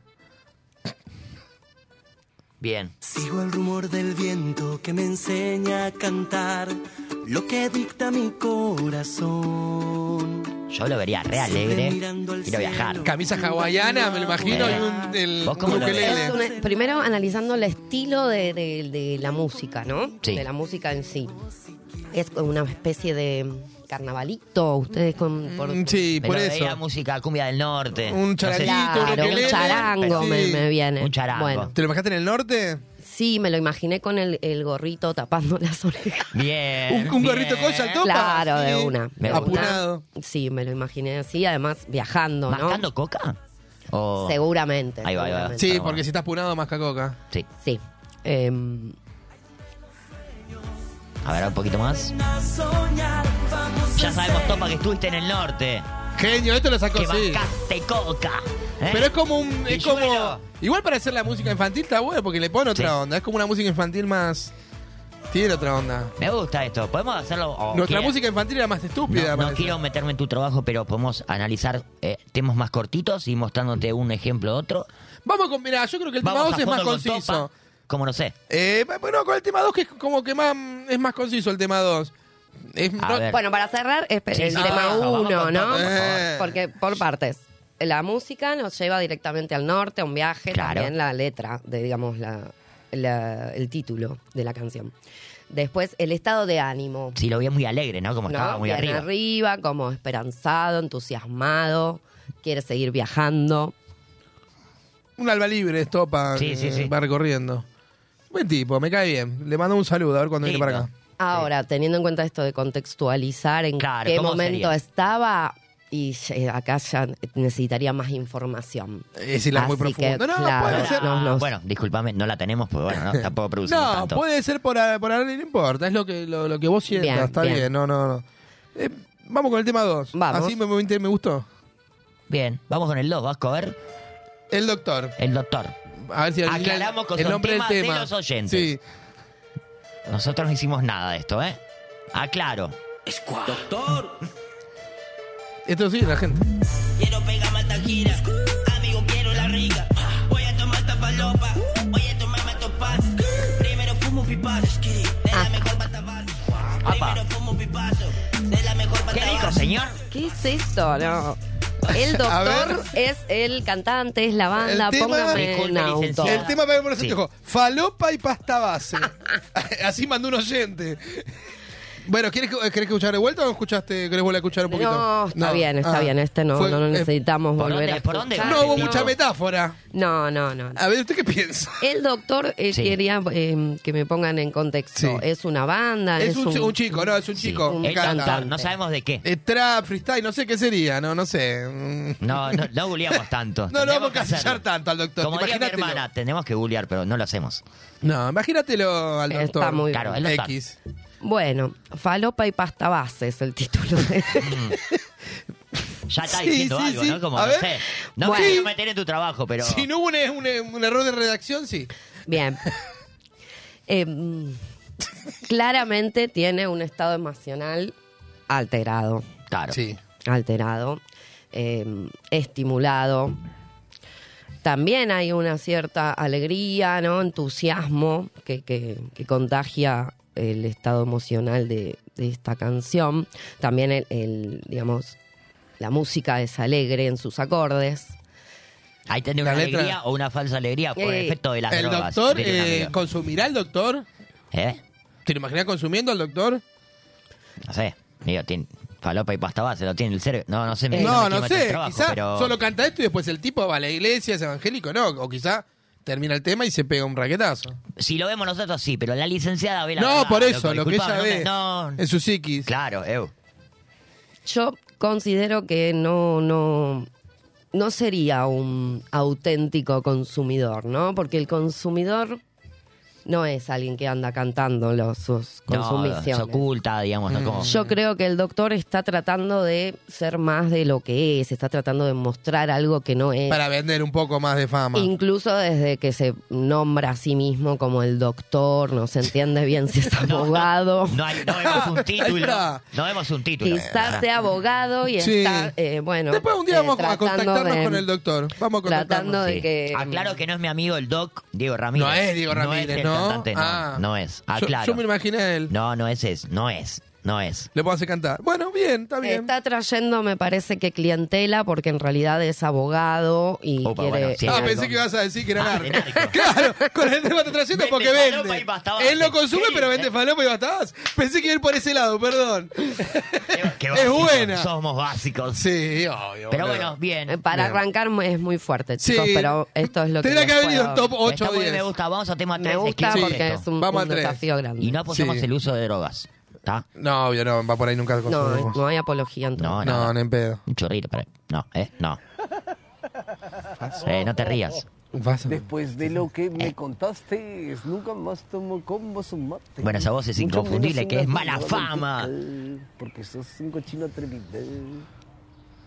S2: Bien.
S6: Sigo el rumor del viento que me enseña a cantar lo que dicta mi corazón.
S2: Yo lo vería re alegre. Quiero viajar.
S3: Camisa hawaiana, me lo imagino, y un, el,
S2: ¿Vos cómo
S3: un
S2: lo
S5: Es
S3: ukelele.
S5: una- primero analizando el estilo de, de- de la música, ¿no?
S2: Sí.
S5: De la música en sí. Es una especie de carnavalito, ustedes con... por-
S3: Mm, Sí, por
S2: Melodía,
S3: eso.
S2: música cumbia del norte.
S3: Un
S2: No sé si-
S3: charanguito, un
S5: Claro, un
S3: ukelele,
S5: charango
S3: sí.
S5: me, me viene.
S2: Un charango.
S5: Bueno,
S3: ¿Te lo imaginaste en el norte?
S5: sí, me lo imaginé con el, el gorrito tapando las orejas.
S2: Bien.
S3: Un, un
S2: bien.
S3: gorrito cosa al topa.
S5: Claro,
S3: sí.
S5: de una. de una.
S3: Apurado.
S5: Sí, me lo imaginé así, además viajando, ¿no?
S2: ¿Mascando coca? O-
S5: Seguramente.
S2: Ahí va, ahí va.
S5: seguramente.
S3: Sí,
S2: Está
S3: porque
S2: bueno.
S3: si estás punado, más cacoca.
S2: Sí.
S5: Sí. Em,
S2: A ver, un poquito más.
S6: A soñar, vamos
S2: Ya
S6: a
S2: sabemos,
S6: ser
S2: Topa, que estuviste en el norte.
S3: Genio, esto lo sacó,
S2: Que
S3: sí.
S2: bancaste coca. ¿eh?
S3: Pero es como un. Es
S2: Pilluelo.
S3: como, igual para hacer la música infantil está bueno porque le pone otra
S2: Sí.
S3: onda. Es como una música infantil más. Tiene otra onda.
S2: Me gusta esto. Podemos hacerlo. o
S3: Nuestra
S2: quiera-
S3: música infantil era más estúpida.
S2: Oh, No, no
S3: parece.
S2: quiero meterme en tu trabajo, pero podemos analizar eh, temas más cortitos y mostrándote un ejemplo u otro.
S3: Vamos con. Mirá, yo creo que el tema
S2: Vamos
S3: 2
S2: a
S3: es más
S2: fondo con
S3: conciso.
S2: Topa. Como no sé.
S3: Eh, bueno, con el tema 2 que es como que más. Es más conciso el tema 2. Es,
S2: A
S3: no-
S2: ver.
S5: Bueno, para cerrar, es el
S2: Sí, sí,
S5: tema
S2: vamos, vamos,
S5: uno,
S2: vamos,
S5: ¿no?
S2: vamos,
S3: vamos.
S5: Porque por partes. La música nos lleva directamente al norte, a un viaje,
S2: Claro.
S5: también la letra, de, digamos, la, la- el título de la canción. Después, el estado de ánimo.
S2: Sí, lo vi muy alegre, ¿no? Como
S5: ¿no?
S2: estaba muy
S5: Bien
S2: arriba.
S5: como esperanzado, entusiasmado, quiere seguir viajando.
S3: Un alba libre, estopa.
S2: Sí, sí,
S3: eh,
S2: sí.
S3: Va recorriendo. Buen tipo, me cae bien. Le mando un saludo a ver cuando viene
S2: Lindo.
S3: para acá.
S5: Ahora, teniendo en cuenta esto de contextualizar en
S2: Claro,
S5: qué
S2: ¿cómo
S5: momento
S2: sería?
S5: estaba, y eh, acá ya necesitaría más información.
S3: Eh, si la es muy
S5: Así que,
S3: profunda. No, no,
S5: claro,
S3: puede ser.
S5: no, no.
S2: Bueno, discúlpame, no la tenemos, pues bueno, no, tampoco producimos
S3: No,
S2: tanto.
S3: puede ser por, a- por ahora, no importa. Es lo que, lo, lo que vos sientas.
S5: Bien,
S3: está bien.
S5: bien.
S3: no, no, no. Eh, vamos con el tema 2.
S5: Vamos.
S3: Así me, me, me gustó.
S2: Bien, vamos con el 2, Vasco, a ver.
S3: El doctor.
S2: El doctor.
S3: A ver si adivinan
S2: Aclaramos que
S3: el
S2: son
S3: nombre del
S2: temas de
S3: tema.
S2: los oyentes.
S3: Sí.
S2: Nosotros no hicimos nada de esto, ¿eh? Aclaro.
S3: Esto sí, la gente.
S7: Quiero pegar mataquira, amigo quiero la rica. Voy a tomar tapalopa, voy a tomar matopaz. Primero fumo pipas, de la
S5: Ah,
S7: mejor batabas.
S2: Apa.
S7: Primero fumo pipazo, de la mejor
S2: ¿Qué dijo,
S7: batabas.
S2: señor?
S5: ¿Qué es esto? No.
S3: <laughs>
S5: El
S3: A
S5: doctor
S3: ver.
S5: es el cantante, es la banda,
S3: El tema-
S5: póngame
S2: Disculpe,
S5: en auto.
S2: licenciado.
S3: El tema para que me lo
S2: Sí.
S3: dijo, falopa y pasta base. <laughs> Así mandó un oyente. Bueno, ¿quieres, que- querés escuchar de vuelta o escuchaste, querés volver a escuchar un poquito?
S5: No, está bien, está
S3: Ah.
S5: bien, este no,
S3: Fue-
S5: no, no
S3: eh,
S5: necesitamos
S2: ¿por
S5: volver
S2: dónde-
S5: a
S2: por dónde
S5: escuchar.
S3: no hubo
S2: Tipo-
S3: mucha Ah. metáfora.
S5: No, no, no. no.
S3: A ver, ¿usted qué piensa?
S5: El doctor eh,
S2: Sí.
S5: quería eh, que me pongan en contexto.
S3: Sí.
S5: Es una banda, Ah, es,
S3: Es un, un chico, no, es un chico.
S5: un
S3: me
S2: El
S3: encanta.
S2: doctor, no sabemos de qué.
S3: Eh, trap, freestyle, no sé qué sería, no, no sé. Mm.
S2: No, no, no googleamos tanto.
S3: <laughs> No lo vamos a
S2: casar
S3: casillar tanto al doctor.
S2: Como diría mi
S3: imagínatelo.
S2: hermana, tenemos que googlear, pero no lo hacemos.
S3: No, imagínatelo al
S5: Está
S3: doctor.
S5: muy
S2: Claro, bien. el doctor.
S3: X.
S5: Bueno, Falopa y Pasta Base es el título. de-
S2: Ya está
S3: Sí,
S2: diciendo
S3: sí,
S2: algo,
S3: sí.
S2: ¿no? Como,
S3: A
S2: no
S3: ver.
S2: sé. No
S5: Bueno.
S2: me quiero meter en tu trabajo, pero...
S3: Si no hubo un, un- un error de redacción, sí.
S5: Bien. Em, claramente tiene un estado emocional alterado.
S2: Claro.
S3: Sí.
S5: alterado, eh, estimulado. También hay una cierta alegría, ¿no? entusiasmo que, que- que contagia el estado emocional de, de esta canción. También el, el, digamos, la música es alegre en sus acordes.
S2: Ahí tenés
S3: La
S2: una
S3: letra.
S2: alegría o una falsa alegría por
S5: Eh,
S2: efecto de las
S3: ¿El
S2: drogas.
S3: doctor
S2: diría un
S3: eh,
S2: amigo.
S3: consumirá el doctor?
S2: ¿Eh?
S3: ¿Te lo imaginas consumiendo al doctor?
S2: No sé. Digo, tiene falopa y pasta base, lo tiene el cerebro. Eh, No, no sé. me-
S3: Eh, No, no
S2: me quiero meter en
S3: sé,
S2: trabajo,
S3: quizá
S2: pero-
S3: solo canta esto y después el tipo va a la iglesia, es evangélico, no, o quizá termina el tema y se pega un raquetazo.
S2: Si lo vemos nosotros, sí, pero la licenciada ve la
S3: no,
S2: verdad,
S3: por eso, lo
S2: loco,
S3: que ella
S2: disculpame,
S3: ve
S2: No, me- no.
S3: en su psiquis.
S2: Claro, eh, eu.
S5: Yo considero que no, no, no sería un auténtico consumidor, ¿no? Porque el consumidor no es alguien que anda cantando los, sus
S2: No, se
S5: consumiciones.
S2: oculta, digamos, ¿no? Como-
S5: Yo creo que el doctor está tratando de ser más de lo que es, está tratando de mostrar algo que no es.
S3: Para vender un poco más de fama.
S5: Incluso desde que se nombra a sí mismo como el doctor, no se entiende bien si es abogado.
S2: No, hay- no vemos
S3: <laughs>
S2: un
S3: Ahí
S2: título.
S3: está.
S2: No vemos un título.
S5: Quizás sea abogado y
S3: Sí.
S5: está, eh, bueno.
S3: Después un día
S5: eh,
S3: vamos a
S5: tratando
S3: contactarnos
S5: de-
S3: con el doctor. Vamos a
S5: tratando
S3: contactarnos.
S5: de
S2: Sí.
S5: que.
S2: Aclaro que no es mi amigo el Doc Diego Ramírez.
S3: No es Diego
S2: No es
S3: Ramírez,
S2: el
S3: ¿no?
S2: cantante, no,
S3: Ah.
S2: no es.
S3: Yo-
S2: Aclaro.
S3: Yo, me imaginé a él.
S2: No, no es es, no es, no es.
S3: Le puedo hacer cantar. Bueno, bien, está bien.
S5: Está trayendo, me parece que clientela, porque en realidad es abogado y
S2: Opa,
S5: quiere.
S2: bueno, sí,
S3: Ah,
S2: algo.
S3: pensé que ibas a decir que era
S2: Ah,
S3: narco.
S2: de narco.
S3: <laughs> Claro, con el tema te trayendo
S2: Vende
S3: porque
S2: falopa y
S3: vende.
S2: pasta base.
S3: Él no consume,
S2: Sí. eh.
S3: pero vende falopa y bastabas. Pensé que iba a ir por ese lado, perdón.
S2: <laughs> Qué
S3: <laughs> es
S2: básicos,
S3: buena.
S2: Somos básicos.
S3: Sí, obvio.
S2: Pero
S3: boludo.
S2: bueno, bien.
S5: Eh, Para
S3: Bien.
S5: arrancar mu- es muy fuerte,
S3: Sí.
S5: chicos, pero esto es lo que.
S3: Tendría
S5: les
S3: que haber venido en
S5: puedo-
S3: top 8 o
S2: Está muy bien,
S3: 10.
S2: me gusta. Vamos a tema 3.
S5: Me gusta
S3: Sí.
S5: porque es un,
S3: Vamos a
S5: un
S3: tres.
S5: desafío grande.
S2: Y no apoyamos
S3: Sí.
S2: el uso de drogas. ¿Está?
S3: No, obvio, no, va por ahí nunca
S5: no,
S3: consumimos.
S5: no hay apología entonces.
S2: No,
S3: No,
S2: no.
S3: ni en pedo.
S2: Un chorrito, para. No, eh, no. Eh, no te rías.
S3: Pasa.
S8: Después de lo que
S2: Eh.
S8: me contaste, nunca más tomo con vos un mate.
S2: Bueno, esa voz es
S8: Mucho menos
S2: inconfundible, que
S8: una
S2: es mala
S8: figura
S2: fama.
S8: vertical, Porque sos un cochino atrevido.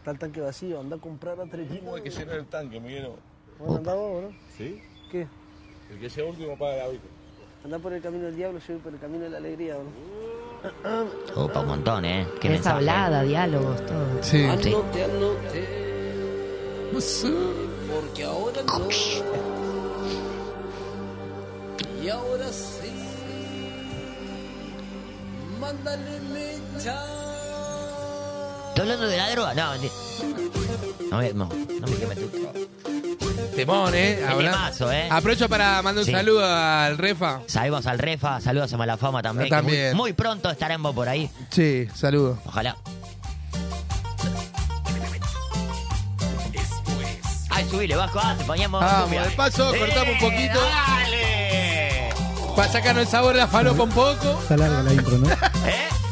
S8: Tal tanque vacío, anda a comprar atrevido.
S9: Hay que llenar el tanque, Miguelo.
S8: Bueno, anda vos, bro.
S9: ¿Sí?
S8: ¿Qué?
S9: El que sea último paga la vida.
S8: Anda por el camino del diablo, yo voy por el camino de la alegría, bro.
S2: Opa, un montón, ¿eh? Qué
S5: es
S2: mensaje.
S5: hablada, diálogos, todo.
S3: Sí.
S2: Sí.
S8: Anote, anote, porque ahora no. Y ahora sí. Mándale mecha.
S2: ¿Estoy hablando de la droga? No, mentira. No, me- no, no me quemé tu-
S3: Temón, eh. Habla-
S2: temazo, eh.
S3: Aprovecho para mandar un
S2: Sí.
S3: saludo al refa.
S2: Saludos al Refa, saludos a Malafama también. que muy-
S3: También.
S2: muy, pronto estaremos por ahí.
S3: Sí, saludo.
S2: Ojalá. Ay, subile, Vasco, ah, te poníamos.
S3: Vamos,
S2: cumbia.
S3: de paso,
S2: ¡Eh,
S3: cortamos un poquito.
S2: ¡Dale!
S3: Para sacarnos el sabor de la falopa un poco.
S4: Está larga la intro, ¿no?
S2: ¿Eh?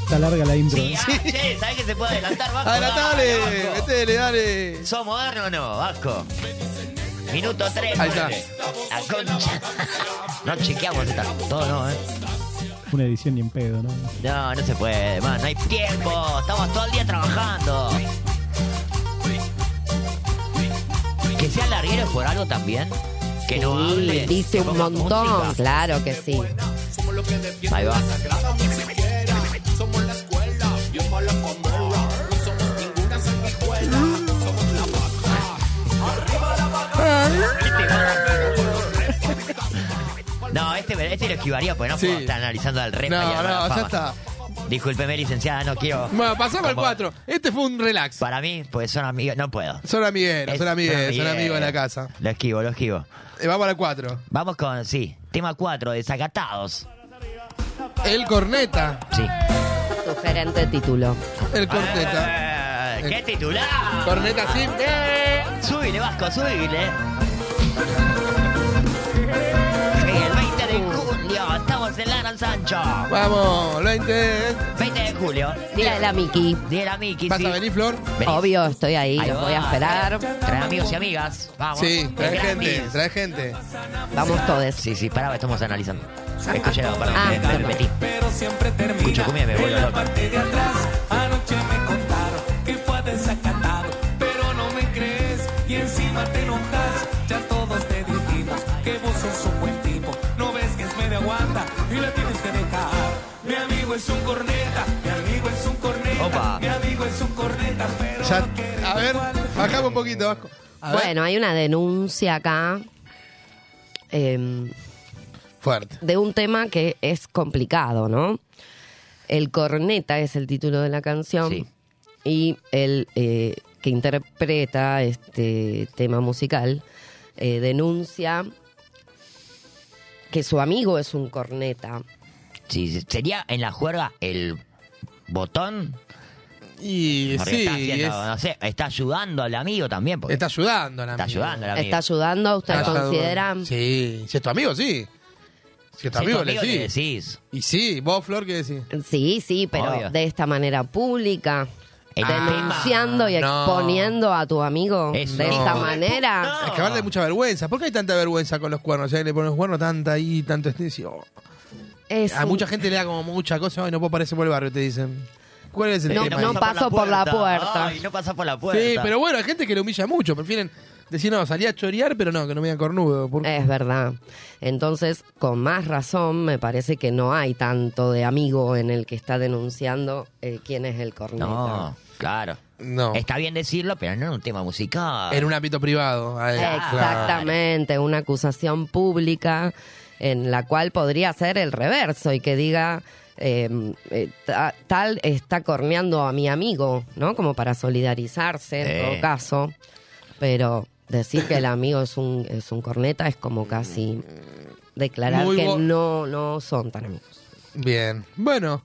S4: Está larga la intro.
S2: Sí, ah, che, ¿sabés que se puede adelantar, Vasco?
S3: Adelantale,
S2: Dale, Vasco.
S3: metele, dale.
S2: ¿Sos moderno o no, Vasco? Minuto 3.
S3: Ahí está.
S2: La concha. No chequeamos esta. Todo no, ¿eh?
S4: Una edición ni en pedo, ¿no?
S2: No, no se puede, man. No hay tiempo. Estamos todo el día trabajando. Que sean largueros por algo también. Que no
S5: Sí,
S2: hable.
S5: dice
S2: que
S5: un
S2: ponga
S5: montón,
S2: música.
S5: claro que sí.
S2: Ahí va. <laughs> No, este, este lo esquivaría porque no
S3: Sí.
S2: puedo estar analizando al resto.
S3: No, no, ya está.
S2: Discúlpeme, licenciada, no quiero.
S3: Bueno, pasamos al
S2: Como-
S3: 4. Este fue un relax.
S2: Para mí, pues son amigos. No puedo.
S3: Son amigueros, son
S2: Es-
S3: amigueros, son amigos de la casa.
S2: Lo esquivo, lo esquivo.
S3: Eh, vamos al 4.
S2: Vamos con, sí, tema 4, desacatados.
S3: El corneta.
S2: Sí.
S5: Sugerente título.
S3: El corneta.
S2: Eh, ¡Qué titular!
S3: Corneta sí.
S2: Eh, Subile, Vasco, subile. Sí, el 20 de julio, estamos en Laran Sancho.
S3: Vamos, lo intenté.
S2: 20 de julio.
S5: Día de la Miki.
S2: Día de la Miki,
S3: ¿Vas
S2: sí.
S3: a venir, Flor?
S2: Vení.
S5: Obvio, estoy ahí,
S2: Ahí
S5: los
S2: va.
S5: voy a esperar.
S2: Trae amigos y amigas. Vamos.
S3: Sí, trae
S2: Es
S3: gente,
S2: gratis.
S3: trae gente.
S5: Vamos todos.
S2: Sí, sí, pará, estamos analizando. Escuché, no, perdón,
S5: Ah,
S2: me, me
S5: perdón.
S2: metí.
S10: pero siempre termina
S2: Escucho cumbia y me vuelvo
S10: en la
S2: loco.
S10: parte de atrás. Anoche me contaron que fue desacatado, pero no me crees y encima te enojas. Ya todos te dijimos que vos sos un buen tipo, no ves que es medio aguanta y la tienes que dejar. Mi amigo es un corneta, mi amigo es un corneta,
S2: Opa.
S10: mi amigo es un corneta, pero
S3: Ya,
S10: no quiere
S3: a ver, bajamos un poquito, Vasco. A ver.
S5: Bueno, hay una denuncia acá em,
S3: Fuerte.
S5: de un tema que es complicado, ¿no? El corneta es el título de la canción
S2: Sí.
S5: y el eh, que interpreta este tema musical eh, denuncia que su amigo es un corneta.
S2: Sí, sería en la juerga el botón.
S3: Y
S2: Porque
S3: sí,
S2: está, haciendo,
S3: es-
S2: no sé, está ayudando al amigo también. Porque
S3: Está ayudando al
S2: Está
S3: amigo.
S2: ayudando al amigo.
S5: ¿Está ayudando? ¿Usted
S3: Está
S5: considera?
S3: ayudando. Sí, si es tu amigo, sí. Si es tu
S2: Si es
S3: amigo,
S2: tu amigo,
S3: le
S2: le
S3: sí.
S2: decís.
S3: Y sí, vos, Flor, ¿qué decís?
S5: Sí, sí, pero
S2: Obvio.
S5: de esta manera pública.
S2: El
S5: Denunciando y
S3: no.
S5: exponiendo a tu amigo
S2: Eso.
S5: de
S3: No.
S5: esta manera.
S3: Es que vale mucha vergüenza. ¿Por qué hay tanta vergüenza con los cuernos? O sea, le ponen los cuernos tanta ahí, tanto este. y- oh.
S5: Es
S3: A
S5: un-
S3: mucha gente le da como mucha cosa. Ay, no puedo parecer por el barrio, te dicen. ¿Cuál es el
S5: No,
S3: tema?
S5: no
S3: ahí?
S5: pa- paso por la puerta.
S2: Ay, no pasa por la puerta.
S3: sí, pero bueno, hay gente que le humilla mucho. Prefieren decir, no, salí a chorear, pero no, que no me digan cornudo.
S2: Eh.
S3: Por-
S5: Es verdad. Entonces, con más razón, me parece que no hay tanto de amigo en el que está denunciando eh, quién es el corneta.
S2: No, claro.
S3: no.
S2: Está bien decirlo, pero no en un tema musical.
S3: En un ámbito privado. Ay, claro.
S5: Exactamente, una acusación pública en la cual podría ser el reverso y que diga eh, eh, ta- tal está corneando a mi amigo, ¿no? Como para solidarizarse en
S2: Sí.
S5: todo caso. Pero decir que el amigo es un, es un corneta es como casi declarar
S3: Muy
S5: que
S3: bo-
S5: no, no son tan amigos.
S3: Bien. Bueno,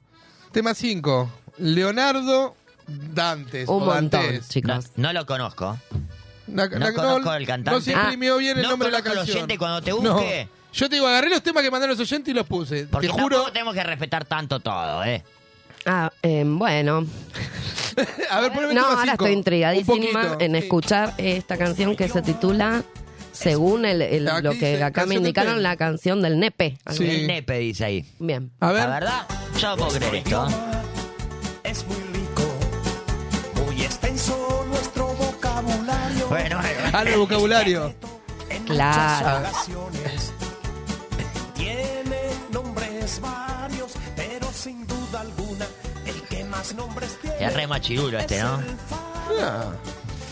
S3: tema 5. Leonardo Dantes.
S5: Un
S3: o
S5: montón,
S3: Dantes.
S2: no,
S5: chicos.
S2: no lo conozco.
S3: Na-
S2: No
S3: na-
S2: conozco al cantante. Ah,
S3: No se imprimió bien el
S2: No
S3: nombre de la
S2: conozco al
S3: canción.
S2: oyente cuando te busque.
S3: No. Yo te digo, agarré los temas que mandaron los oyentes y los puse.
S2: Porque
S3: te juro.
S2: tampoco tenemos que respetar tanto todo, ¿eh?
S5: Ah, eh, bueno.
S3: A ver, poneme el
S5: No,
S3: tema
S5: ahora
S3: cinco.
S5: estoy
S3: Un
S5: intrigadísima
S3: poquito,
S5: en
S3: sí.
S5: escuchar esta canción que se titula, según el- el-
S3: Aquí
S5: lo que
S3: dice,
S5: acá me
S3: canción del
S5: indicaron,
S3: Nepe.
S5: la canción del Nepe. Algo
S3: Sí.
S2: El nepe dice ahí.
S5: Bien.
S3: A
S2: La
S3: ver.
S2: verdad, yo no puedo creer esto. ¿eh?
S10: Es muy rico, muy extenso nuestro vocabulario.
S2: Bueno, bueno.
S3: Ah, no, el vocabulario.
S10: En
S5: Claro.
S10: muchas ocasiones tiene nombres varios, pero sin duda alguna el que más nombres tiene
S2: Es re machirulo este, ¿no?
S10: el fa-
S3: Ah,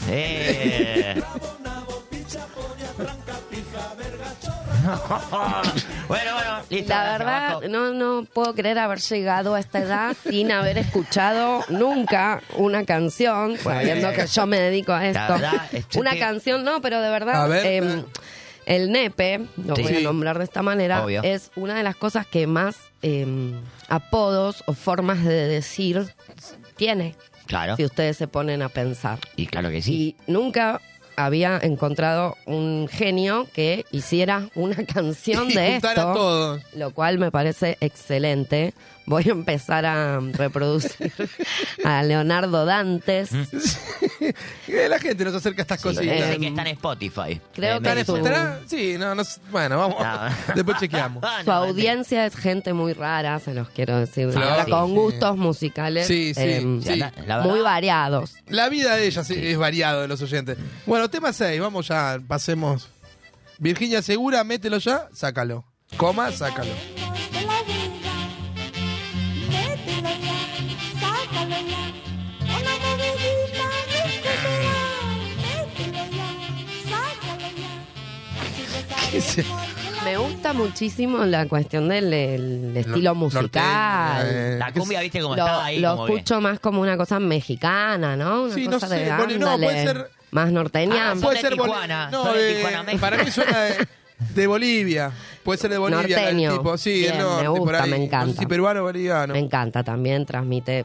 S2: Eh. <laughs>
S10: nabo, picha, polla, tranca, pija, verga, chorra.
S2: bueno, bueno, listo.
S5: La
S2: gracias,
S5: verdad,
S2: Vasco.
S5: no, no puedo creer haber llegado a esta edad sin haber escuchado nunca una canción, sabiendo que yo me dedico a esto.
S2: verdad, este
S5: Una
S2: te-
S5: canción, no, pero de verdad,
S3: A ver,
S5: em,
S3: eh.
S5: el nepe, lo
S2: Sí.
S5: voy a nombrar de esta manera,
S2: Obvio.
S5: es una de las cosas que más em, apodos o formas de decir tiene,
S2: Claro.
S5: si ustedes se ponen a pensar.
S2: Y claro que Ah. sí.
S5: Y nunca había encontrado un genio que hiciera una
S3: <laughs>
S5: canción
S3: Y
S5: de esto.
S3: juntar a todos.
S5: Lo cual me parece excelente. Voy a empezar a
S3: <laughs>
S5: reproducir a Leonardo Dantes.
S3: Mm. Eh, La gente nos acerca a estas
S2: Sí,
S3: cositas.
S2: Dice
S5: eh,
S2: que está en Spotify.
S5: creo
S2: Eh,
S5: que
S2: me
S5: es
S2: dice-
S5: un-
S3: ¿Estará? Sí, no, no. s- Bueno, vamos. <laughs>
S2: No.
S3: Después chequeamos.
S2: Ah,
S5: Su
S2: no,
S5: audiencia es gente muy rara, se los quiero decir.
S3: Claro,
S5: Ahora
S2: sí,
S5: con
S3: sí.
S5: gustos musicales
S3: Sí, sí,
S5: em,
S3: sí.
S2: mentira. La- la verdad,
S5: muy variados.
S3: La vida de ella sí, es variado de los oyentes. Bueno, tema 6. Vamos ya, pasemos. Virginia Segura, mételo ya, sácalo. Coma, sácalo.
S5: Me gusta muchísimo la cuestión del el estilo
S3: Lo-
S5: musical.
S3: norteño, eh,
S2: La
S3: qué
S2: cumbia, viste cómo
S5: lo,
S2: estaba ahí.
S5: lo
S2: como que-
S5: escucho más como una cosa mexicana, ¿no? Una
S3: Sí, no
S5: cosa
S3: sé,
S5: de
S3: ponele, no, puede
S5: ándale,
S3: ser-
S5: más norteña.
S2: Ah,
S3: sé.
S2: son
S3: Puede
S2: de
S3: ser boli-
S2: Tijuana,
S3: No,
S2: son de
S3: eh,
S2: Tijuana, México.
S3: para mí suena de, de Bolivia. Puede ser de Bolivia el
S5: Norteño.
S3: tipo. Sí,
S5: Bien,
S3: el
S5: me
S3: norte, por
S5: gusta,
S3: ahí.
S5: me encanta.
S3: No sé si peruano o boliviano.
S5: Me encanta también, transmite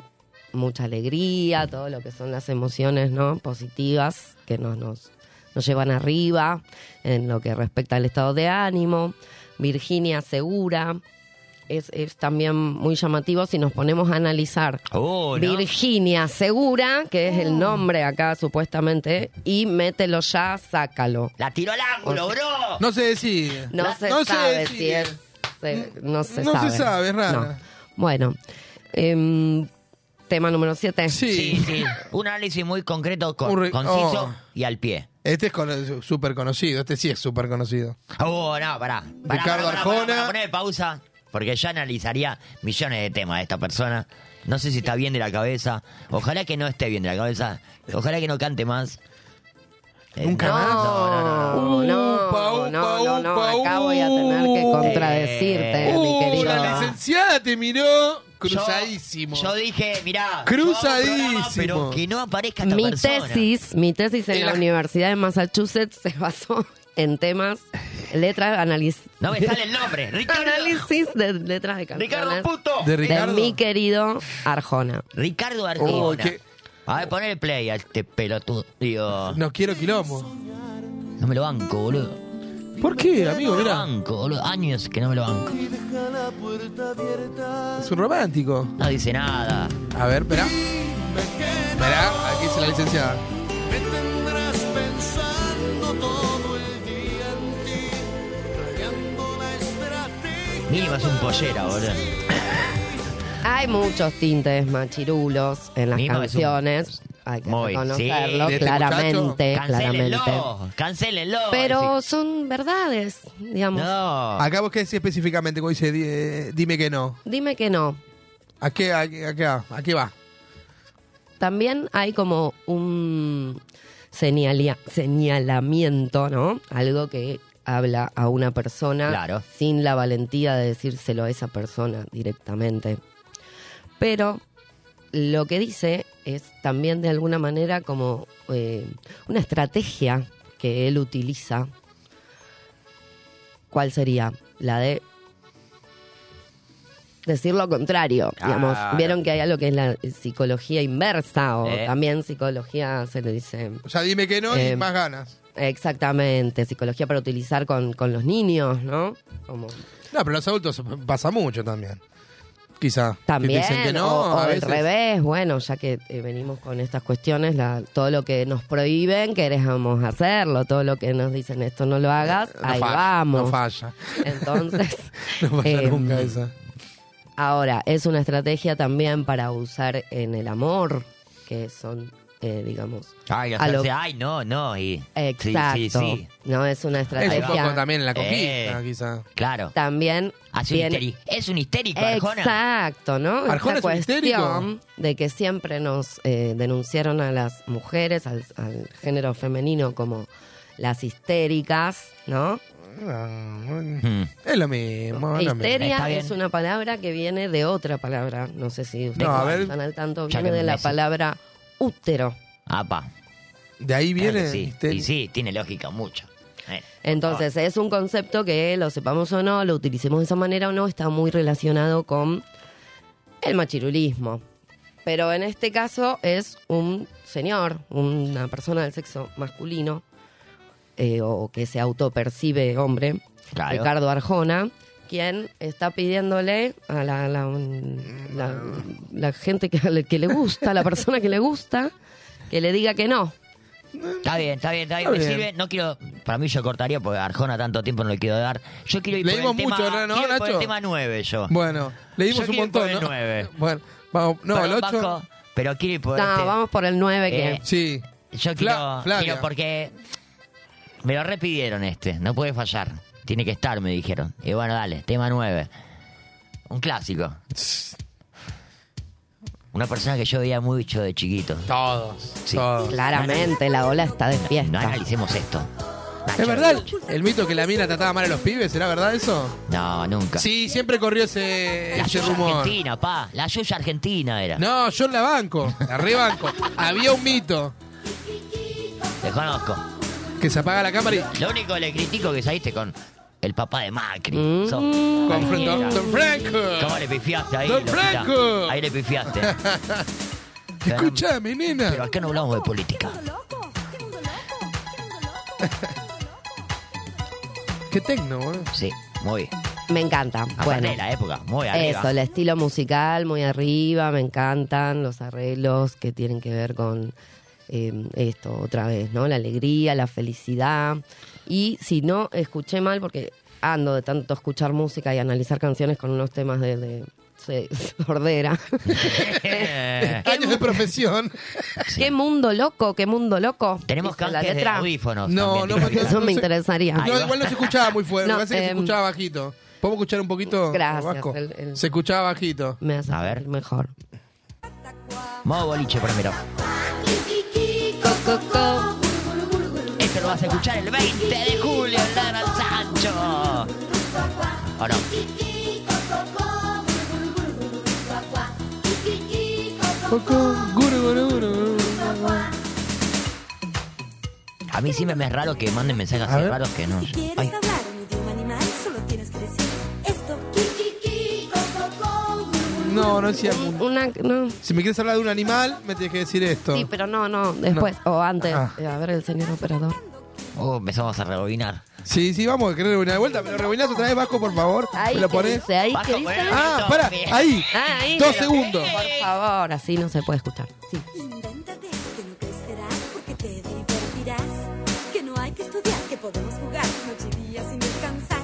S5: mucha alegría, todo lo que son las emociones ¿no? positivas que nos, nos, nos llevan arriba en lo que respecta al estado de ánimo. Virginia Segura es, es también muy llamativo si nos ponemos a analizar.
S2: Oh, ¿no? Oh.
S5: Virginia Segura, que es el nombre acá supuestamente, y mételo ya, sácalo.
S2: La tiró al ángulo, bro.
S3: No se decide.
S5: No
S3: La-
S5: se
S3: no
S5: sabe
S3: se
S5: si
S3: decide.
S5: es. se- no se
S3: No se
S5: sabe.
S3: sabe, es raro.
S5: No. Bueno, em, tema número 7.
S3: Sí.
S2: Sí, sí. Un análisis muy concreto, con-
S3: Un re-
S2: conciso
S3: oh.
S2: y al pie.
S3: Este es cono- súper conocido. Este sí es súper conocido.
S2: Oh, no, pará. Pará,
S3: Ricardo
S2: pará, pará, pará,
S3: Arjona.
S2: pará, poneme pausa, porque yo analizaría millones de temas de esta persona. No sé si está bien de la cabeza. Ojalá que no esté bien de la cabeza. Ojalá que no cante más. Eh,
S3: Nunca
S2: no,
S3: más.
S2: No, no, no, no.
S5: No, no,
S3: Upa,
S5: no,
S3: upa,
S5: no, no, no,
S3: upa,
S5: acá voy a tener que
S3: upa.
S5: contradecirte, Eh, mi
S3: Uh,
S5: querido.
S3: la licenciada te miró
S2: Yo-
S3: cruzadísimo.
S2: Yo, dije, mirá.
S3: Cruzadísimo.
S2: yo hago un programa, Pero que no aparezca esta
S5: Mi
S2: persona.
S5: tesis, mi tesis en
S3: En
S5: la
S3: la-
S5: Universidad de Massachusetts se basó en temas, letras, análisis.
S2: No me sale el
S5: <laughs>
S2: nombre. Ricardo.
S5: Análisis de letras de canciones.
S2: Ricardo Puto.
S3: De Ricardo.
S5: mi querido Arjona.
S2: Ricardo Arjona.
S3: Oh, qué-
S2: A ver, poner el play a este pelotudo. Digo,
S3: No quiero quilombo.
S2: no me lo banco, boludo.
S3: ¿Por qué,
S2: No
S3: amigo?
S2: me lo
S3: Mira,
S2: banco, boludo. Años que no me lo banco.
S3: es un romántico.
S2: No dice nada.
S3: A ver, espera. Espera, aquí dice la licenciada.
S2: Mínimo es un pollera, boludo.
S5: Hay muchos tintes machirulos en las
S2: Mínimo es un-
S5: canciones. Hay que
S2: Muy,
S5: reconocerlo
S2: sí.
S3: ¿De este
S5: claramente, claramente.
S2: Cancélenlo. Cancélenlo.
S5: Pero
S2: decís.
S5: son verdades, digamos. Ah.
S2: No.
S3: Acá vos qué decís específicamente cuando dice, di- eh, dime que no.
S5: Dime que no.
S3: ¿A qué, a, qué- a qué va? ¿A qué va?
S5: También hay como un señalia- señalamiento, ¿no? Algo que habla a una persona
S2: Claro.
S5: sin la valentía de decírselo a esa persona directamente. Pero lo que dice es también de alguna manera como eh, una estrategia que él utiliza. ¿Cuál sería? La de decir lo contrario. Digamos,
S2: Claro.
S5: vieron que hay algo que es la psicología inversa o
S2: Eh.
S5: también psicología se le dice
S3: O sea, dime que no y
S5: Eh,
S3: más ganas.
S5: exactamente, psicología para utilizar con, con los niños, ¿no? Como
S3: No, pero los adultos pasa mucho también. Quizá. que te
S5: También,
S3: dicen que no,
S5: o, o
S3: a
S5: al
S3: veces.
S5: revés, bueno, ya que eh, venimos con estas cuestiones, la- todo lo que nos prohíben, queremos hacerlo, todo lo que nos dicen esto no lo hagas,
S3: No
S5: ahí
S3: falla,
S5: vamos.
S3: No falla. <laughs>
S5: Entonces,
S3: No falla
S5: eh,
S3: nunca esa.
S5: ahora, es una estrategia también para usar en el amor, que son, eh, digamos,
S2: Ay, los
S5: a lo-
S2: hace- ay, no, no. Y... Sí,
S5: exacto,
S2: Sí, sí,
S5: no es una
S3: Es un
S5: estrategia.
S3: poco también la conquista,
S2: Eh.
S3: quizá.
S2: Claro.
S5: También
S2: Hace un
S5: viene-
S2: histeri- es un histérico, Arjona.
S5: Exacto, ¿no?
S3: Arjona
S5: Esta
S3: es un histérico.
S5: cuestión de que siempre nos eh, denunciaron a las mujeres, al, al género femenino, como las histéricas, ¿no?
S2: Mm.
S3: Ah, Es lo mismo. es lo mismo.
S2: Está
S5: Histeria
S2: bien.
S5: es una palabra que viene de otra palabra, no sé si ustedes
S3: No, a ver.
S5: están al tanto,
S2: Ya
S5: viene
S2: que
S5: de
S2: me
S5: la
S2: decís.
S5: palabra útero.
S2: Apa.
S3: De ahí
S2: claro
S3: viene. este
S2: que sí.
S3: ¿viste?
S2: Y sí, tiene lógica mucho. Eh,
S5: Entonces, es un concepto que lo sepamos o no, lo utilicemos de esa manera o no, está muy relacionado con el machirulismo. Pero en este caso es un señor, una persona del sexo masculino, eh, o que se autopercibe hombre,
S2: Claro.
S5: Ricardo Arjona, quien está pidiéndole a la, la- la- la gente que, le- que le gusta, a la persona que le gusta, que le diga que no.
S2: Está bien, está bien, está bien.
S3: Está
S2: me
S3: bien.
S2: sirve. No quiero. Para mí yo cortaría porque Arjona tanto tiempo no le quiero dar. Yo quiero ir
S3: Leímos
S2: por el
S3: mucho,
S2: tema,
S3: ¿no,
S2: quiero ir por
S3: Nacho?
S2: el tema 9 yo.
S3: Bueno, leímos
S2: Yo
S3: un
S2: quiero ir por
S3: montón.
S2: el
S3: ¿no?
S2: nueve.
S3: Bueno, vamos. No,
S2: Perdón,
S3: el 8.
S2: Vasco, pero quiero ir por
S5: No,
S2: este-
S5: vamos por el 9 que...
S2: Eh,
S3: Sí.
S2: Yo quiero,
S3: Fla- Flavia.
S2: quiero porque me lo repidieron este, no puede fallar. Tiene que estar, me dijeron. Y bueno, dale, tema 9. Un clásico. Una persona que yo veía mucho de chiquito.
S3: Todos.
S2: Sí.
S3: Todos.
S5: Claramente, la ola está de
S2: No
S5: fiesta.
S2: analicemos esto. Nacho.
S3: ¿Es verdad el mito que la mina trataba mal a los pibes? ¿Será verdad eso?
S2: No, nunca.
S3: Sí, siempre corrió ese,
S2: la
S3: ese
S2: Yuya
S3: rumor.
S2: Argentina, pa. La Yuya Argentina era.
S3: No, yo en la banco, la rebanco. Había un mito
S2: Te conozco.
S3: que se apaga la cámara y.
S2: Lo único que le critico es que saliste con el papá de Macri.
S5: Mm.
S2: Sos
S3: Con Fran-
S2: cualquiera.
S3: Don, Don
S2: ¿Cómo
S3: Franco.
S2: le pifiaste ahí?
S3: Don
S2: Lopita?
S3: Franco.
S2: Ahí le pifiaste.
S3: Escuchame,
S2: Pero
S3: nena.
S2: acá no hablamos de política.
S3: Qué tecno, boludo.
S2: Sí, muy bien.
S5: Me encanta.
S2: Aparte
S5: Bueno,
S2: de la época, muy arriba.
S5: eso, el estilo musical muy arriba, me encantan los arreglos que tienen que ver con eh, esto otra vez, ¿no? La alegría, la felicidad. Y si no escuché mal, porque ando de tanto escuchar música y analizar canciones con unos temas de, de- se- <laughs>
S2: <laughs>
S5: sordera.
S2: Eh,
S3: Años de profesión.
S5: Qué mundo loco, qué mundo loco. <laughs>
S2: Tenemos
S5: Dice la
S2: canjes de
S5: letra.
S2: audífonos.
S3: No,
S2: también,
S3: no,
S2: te
S3: porque-
S2: aviso.
S5: Eso me
S3: No sé-
S5: interesaría.
S2: Ahí
S3: No,
S2: va.
S3: igual no se escuchaba muy fuerte.
S5: No,
S3: me parece que se
S5: em,
S3: escuchaba bajito. ¿Podemos escuchar un poquito?
S5: Gracias,
S3: Vasco?
S5: el- el-
S3: Se escuchaba bajito.
S5: Me hace
S2: A ver.
S5: sentir mejor.
S2: Modo boliche primero. Esto lo vas a escuchar el 20 de julio en la Gran Sancho. ¿O no?
S3: Coco, guru, guru, guru.
S2: A mí siempre me es raro que manden mensajes
S3: A
S2: así
S3: ver.
S2: raros que no.
S11: Si quieres
S2: Ay,
S11: hablar un idioma animal, solo tienes que decir esto. Ki, ki, ki, co, co, co, ru, ru,
S3: No,
S11: ru.
S3: no es cierto.
S5: Una, no.
S3: Si me quieres hablar de un animal, me tienes que decir esto.
S5: Sí, pero no, no, después o antes.
S3: Ah.
S5: Eh, A ver, el señor operador.
S2: oh, empezamos a rebobinar.
S3: Sí, sí, vamos, querés rebobinar de vuelta. Me lo rebobinás otra vez, Vasco, por favor.
S5: Ahí,
S3: me lo
S5: ¿qué
S3: pones.
S5: dice? Ahí, ¿qué
S2: Vasco,
S5: dice?
S2: ponelo.
S3: Ah, para, ahí.
S5: Ah, ahí.
S3: Dos segundos.
S5: Por favor, así no se puede escuchar. Sí.
S11: Invéntate que no crecerás porque te divertirás. Que no hay que estudiar, que podemos jugar noche y día sin descansar.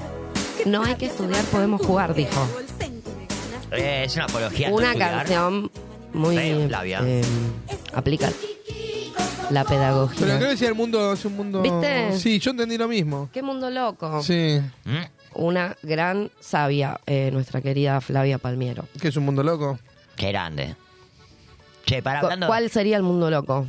S5: No hay que estudiar, podemos jugar, dijo.
S11: el centro me ganas.
S2: Eh, es una apología.
S5: Una
S2: nuclear.
S5: canción muy
S2: Feo, labia.
S5: eh, aplica
S3: Pero
S5: la
S3: creo que
S5: pedagogía.
S3: decía el mundo es un mundo.
S5: ¿Viste? Oh.
S3: Sí, yo entendí lo mismo.
S5: Qué mundo loco.
S3: Sí,
S2: Mm.
S5: Una gran sabia, eh, nuestra querida Flavia Palmiero.
S3: que es un mundo loco.
S2: Qué grande. Che, para
S5: Cu-
S2: hablando.
S5: ¿Cuál sería el mundo loco?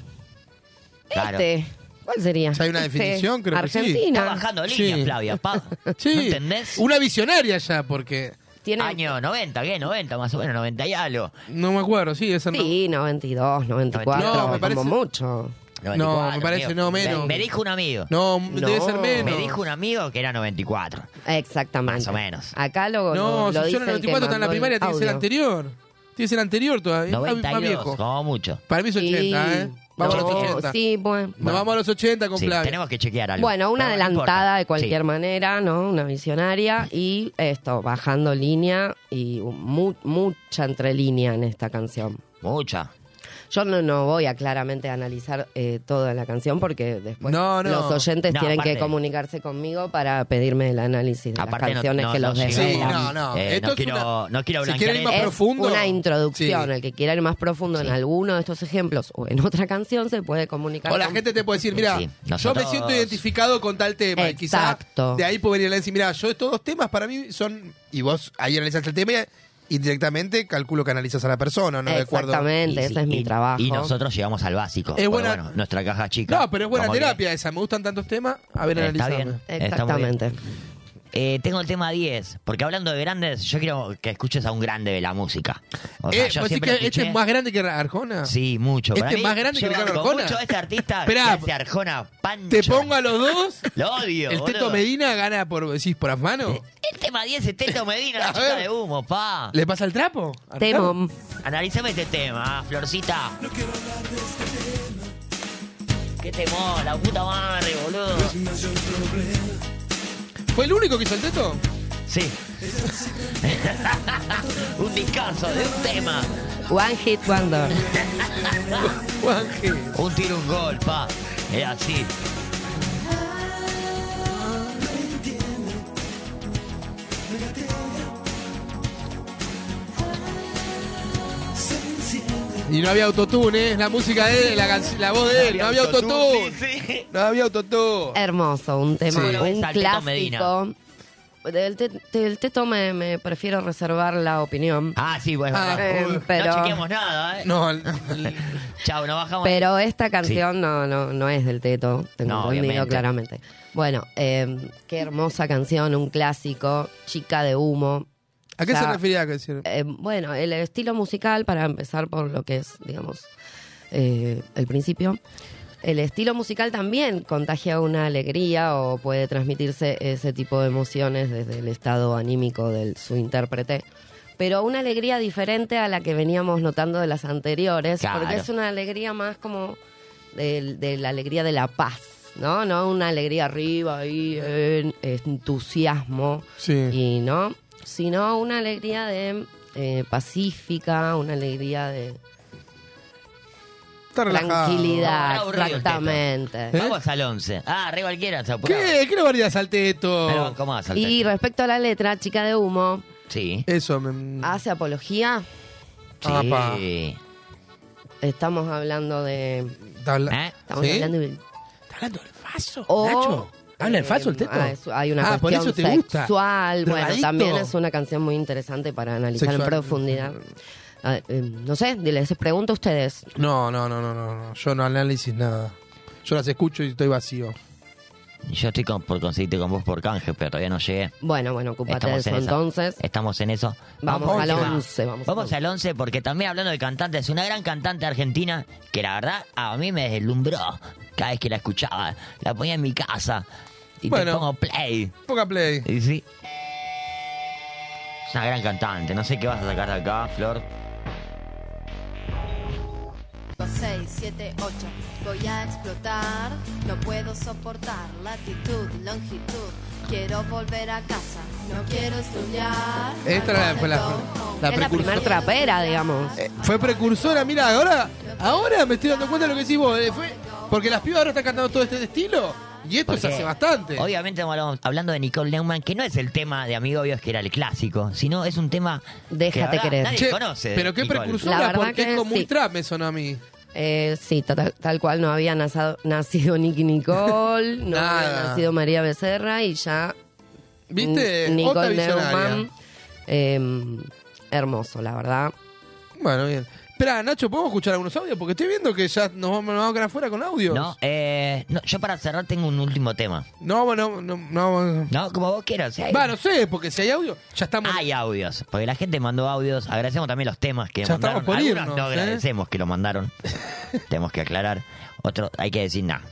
S2: Claro.
S5: Este. ¿Cuál sería?
S3: Si hay una
S5: Este.
S3: definición, creo que sí.
S2: Está
S5: Argentina.
S2: bajando líneas,
S3: Sí.
S2: Flavia. pa.
S3: <laughs> Sí.
S2: ¿No entendés?
S3: Una visionaria ya, porque.
S5: Tiene-
S2: Año 90, ¿qué? 90, más o menos, 90 y algo.
S3: No me acuerdo, sí, esa no.
S5: Sí, 92, 94,
S3: No, me parece-
S5: como mucho.
S2: 94,
S3: me parece,
S2: amigo.
S3: no, menos.
S2: Me, me dijo un amigo.
S3: No,
S5: No.
S3: debe ser
S2: me
S3: menos.
S2: dijo un amigo que era 94.
S5: Exactamente.
S2: Más o menos.
S5: Acá lo,
S3: No,
S5: lo, lo
S3: si
S5: dice
S3: yo en el 94 está en la primaria, tiene que ser anterior. Tiene que ser anterior todavía. más- más
S2: 92,
S3: viejo.
S2: como mucho.
S3: Para mí es 80, ¿eh? Vamos a
S5: no,
S3: los 80.
S5: Sí, bueno.
S3: Nos vamos a los 80 con
S2: Sí,
S3: Flavia.
S2: tenemos que chequear algo.
S5: Bueno, una
S2: Pero no
S5: adelantada
S2: importa.
S5: de cualquier
S2: Sí.
S5: manera, ¿no? Una visionaria y esto, bajando línea y mu- mucha entrelínea en esta canción.
S2: Mucha.
S5: Yo no, no voy a claramente analizar eh, toda la canción porque después
S3: No, no.
S5: los oyentes
S2: No,
S5: tienen que
S2: aparte-
S5: comunicarse conmigo para pedirme el análisis de
S2: Aparte
S5: las
S2: no-
S5: canciones
S2: no-
S5: que
S2: no
S5: los
S2: llegamos.
S3: Sí,
S5: desvelan.
S3: no, no.
S2: Eh,
S3: Esto
S2: no
S3: es
S2: quiero-
S3: una-
S2: no quiero
S3: si
S2: blanquear
S3: quieren ir más
S2: esto.
S5: es
S3: profundo.
S5: una introducción.
S3: Sí.
S5: El que quiera ir más profundo en alguno de estos ejemplos o en otra canción se puede comunicar.
S3: O la
S5: con-
S3: gente te puede decir, mira,
S2: Sí,
S3: yo
S2: nosotros-
S3: me siento identificado con tal tema. Y quizá
S5: Exacto.
S3: de ahí puede venir a decir, mira, yo estos dos temas para mí son... Y vos ahí analizas el tema y directamente calculo que analizas a la persona, ¿no? De acuerdo.
S5: Exactamente,
S2: Y
S5: ese
S2: sí,
S5: es mi
S2: y-
S5: trabajo.
S2: Y nosotros llegamos al básico.
S3: Es
S2: Pero
S3: buena-
S2: bueno, nuestra caja chica.
S3: No, pero es buena
S2: como que-
S3: terapia esa. Me gustan tantos temas. A ver,
S2: Está
S3: analizame.
S2: bien. Está muy bien.
S5: Exactamente.
S2: Eh, tengo el tema 10, porque hablando de grandes, yo quiero que escuches a un grande de la música. O sea,
S3: Eh,
S2: yo
S3: ¿vos decís
S2: siempre
S3: que
S2: escuché-
S3: este es más grande que Arjona?
S2: Sí, mucho.
S3: ¿Este
S2: Para
S3: es
S2: mí,
S3: más grande
S2: yo
S3: que Ricardo
S2: banco
S3: Arjona?
S2: mucho a este artista, que
S3: Esperá.
S2: hace Arjona Pancho.
S3: Te pongo a los dos.
S2: <laughs> Lo odio,
S3: El Teto
S2: boludo.
S3: Medina gana por, decís, por las manos.
S2: El tema 10 es Teto Medina,
S3: A
S2: la chica
S3: ver.
S2: de humo, pa.
S3: ¿Le pasa el trapo? ¿Al trapo?
S5: Temo.
S2: Analízame este tema, ah, Florcita. Qué temor, la puta madre, boludo.
S3: ¿Fue el único que hizo el Teto?
S2: Sí. <laughs> un discazo de un tema.
S5: One hit wonder.
S3: Juanje.
S2: Un tiro, un gol, pa. Era así.
S3: Y no había autotune, ¿eh? La música de él, la, canc- la voz de él. No había autotune.
S2: Sí, sí.
S3: No había
S5: Eh.
S3: autotune.
S5: Hermoso, un tema,
S3: Sí.
S5: un
S2: Salteto Medina.
S5: clásico. Del, te- del teto me, me prefiero reservar la opinión.
S2: Ah, sí, bueno.
S3: Ah,
S5: Eh,
S3: uy.
S5: pero,
S2: No chequeamos nada, ¿eh?
S3: No, el- el-
S2: Chau, no bajamos.
S5: pero esta canción no, no, no es del teto, tengo
S2: No,
S5: entendido
S2: obviamente.
S5: claramente. Bueno, eh, qué hermosa canción, un clásico, chica de humo.
S3: ¿A qué
S5: O sea,
S3: se refería que decir?
S5: Eh, bueno, el estilo musical, para empezar por lo que es, digamos, eh, el principio, el estilo musical también contagia una alegría o puede transmitirse ese tipo de emociones desde el estado anímico de su intérprete. Pero una alegría diferente a la que veníamos notando de las anteriores,
S2: Claro.
S5: porque es una alegría más como del- de, la alegría de la paz, ¿no? No una alegría arriba y entusiasmo
S3: Sí.
S5: y no, sino una alegría de eh, pacífica, una alegría de
S3: Está relajado. ¿Eh?
S5: tranquilidad,
S2: Está aburrido el
S5: exactamente.
S2: Vamos al 11. Ah, re cualquiera. se apuraba.
S3: ¿Qué? ¿Qué le varías al Teto?
S2: Pero, ¿cómo vas al
S5: Y
S2: teto?
S5: respecto a la letra, chica de humo,
S2: Sí.
S3: Eso me...
S5: hace apología.
S3: Mm. Apa.
S2: Sí.
S5: Estamos hablando de.
S3: Está habla-
S2: ¿Eh?
S5: Estamos
S3: ¿Sí?
S5: hablando de.
S3: ¿Está hablando del falso,
S5: o,
S3: Nacho? ¿Habla el falso el
S5: Oh, eh,
S3: Teto?
S5: ah, es- Hay una
S3: Ah, por
S5: cuestión
S3: eso te gusta.
S5: sexual. Bueno,
S3: Drogadicto.
S5: también es una canción muy interesante para analizar en
S3: Sexual.
S5: profundidad. Ah, eh, no sé, les pregunto a ustedes.
S3: No, no, no, no, no, no. Yo no análisis nada. Yo las escucho y estoy vacío.
S2: Yo estoy con- por conseguirte con vos por canje, pero todavía no llegué.
S5: Bueno, bueno, ocupate de
S2: Estamos
S5: eso
S2: en esa.
S5: entonces.
S2: Estamos en eso.
S5: Vamos al once,
S2: Vamos, al 11 porque también hablando de cantantes, una gran cantante argentina que la verdad a mí me deslumbró cada vez que la escuchaba. La ponía en mi casa y te
S3: Bueno.
S2: pongo play.
S3: Poca play.
S2: Y sí. Es una gran cantante. No sé qué vas a sacar de acá, Flor.
S12: 6, 7, 8. Voy a explotar, no puedo soportar latitud, longitud. Quiero volver a casa, no quiero estudiar.
S3: Esta era la, fue la, la
S5: es la primer
S3: precursora. Eh,
S5: trapera, digamos.
S3: Fue precursora, mira, ahora, ahora me estoy dando cuenta de lo que decís vos. eh, fue- porque las pibas ahora están cantando todo este estilo. Y esto se
S2: Porque,
S3: hace bastante.
S2: Obviamente hablamos- hablando de Nicole Neumann, que no es el tema de Amigo Obvio, que era el clásico, sino es un tema que la
S5: Déjate
S2: verdad
S5: querer.
S2: nadie
S5: Che,
S2: conoce.
S3: pero qué
S2: Nicole.
S5: La
S3: precursora,
S5: verdad
S3: porque
S5: que
S3: es como
S5: sí.
S3: un trap, me sonó a mí.
S5: Eh, sí, tal, tal cual no había nasado- nacido Nicky Nicole, no había
S3: Nada.
S5: nacido María Becerra y ya.
S3: ¿Viste?
S5: N-
S3: Otra
S5: Nicole
S3: visionaria.
S5: Neumann. eh, hermoso, la verdad.
S3: Bueno, bien. Espera, Nacho, ¿podemos escuchar algunos audios? Porque estoy viendo que ya nos vamos, nos vamos a quedar afuera con audios.
S2: No, eh, no, yo para cerrar tengo un último tema.
S3: No, bueno, no, no.
S2: No, como vos quieras. eh.
S3: Va, no sé, porque si hay audio, ya estamos.
S2: Hay audios, porque la gente mandó audios. Agradecemos también los temas que
S3: Ya
S2: mandaron.
S3: estamos por
S2: Algunos
S3: irnos,
S2: no
S3: ¿eh?
S2: agradecemos que
S3: <laughs>
S2: lo mandaron. Tenemos que aclarar. Otro, hay que decir nada.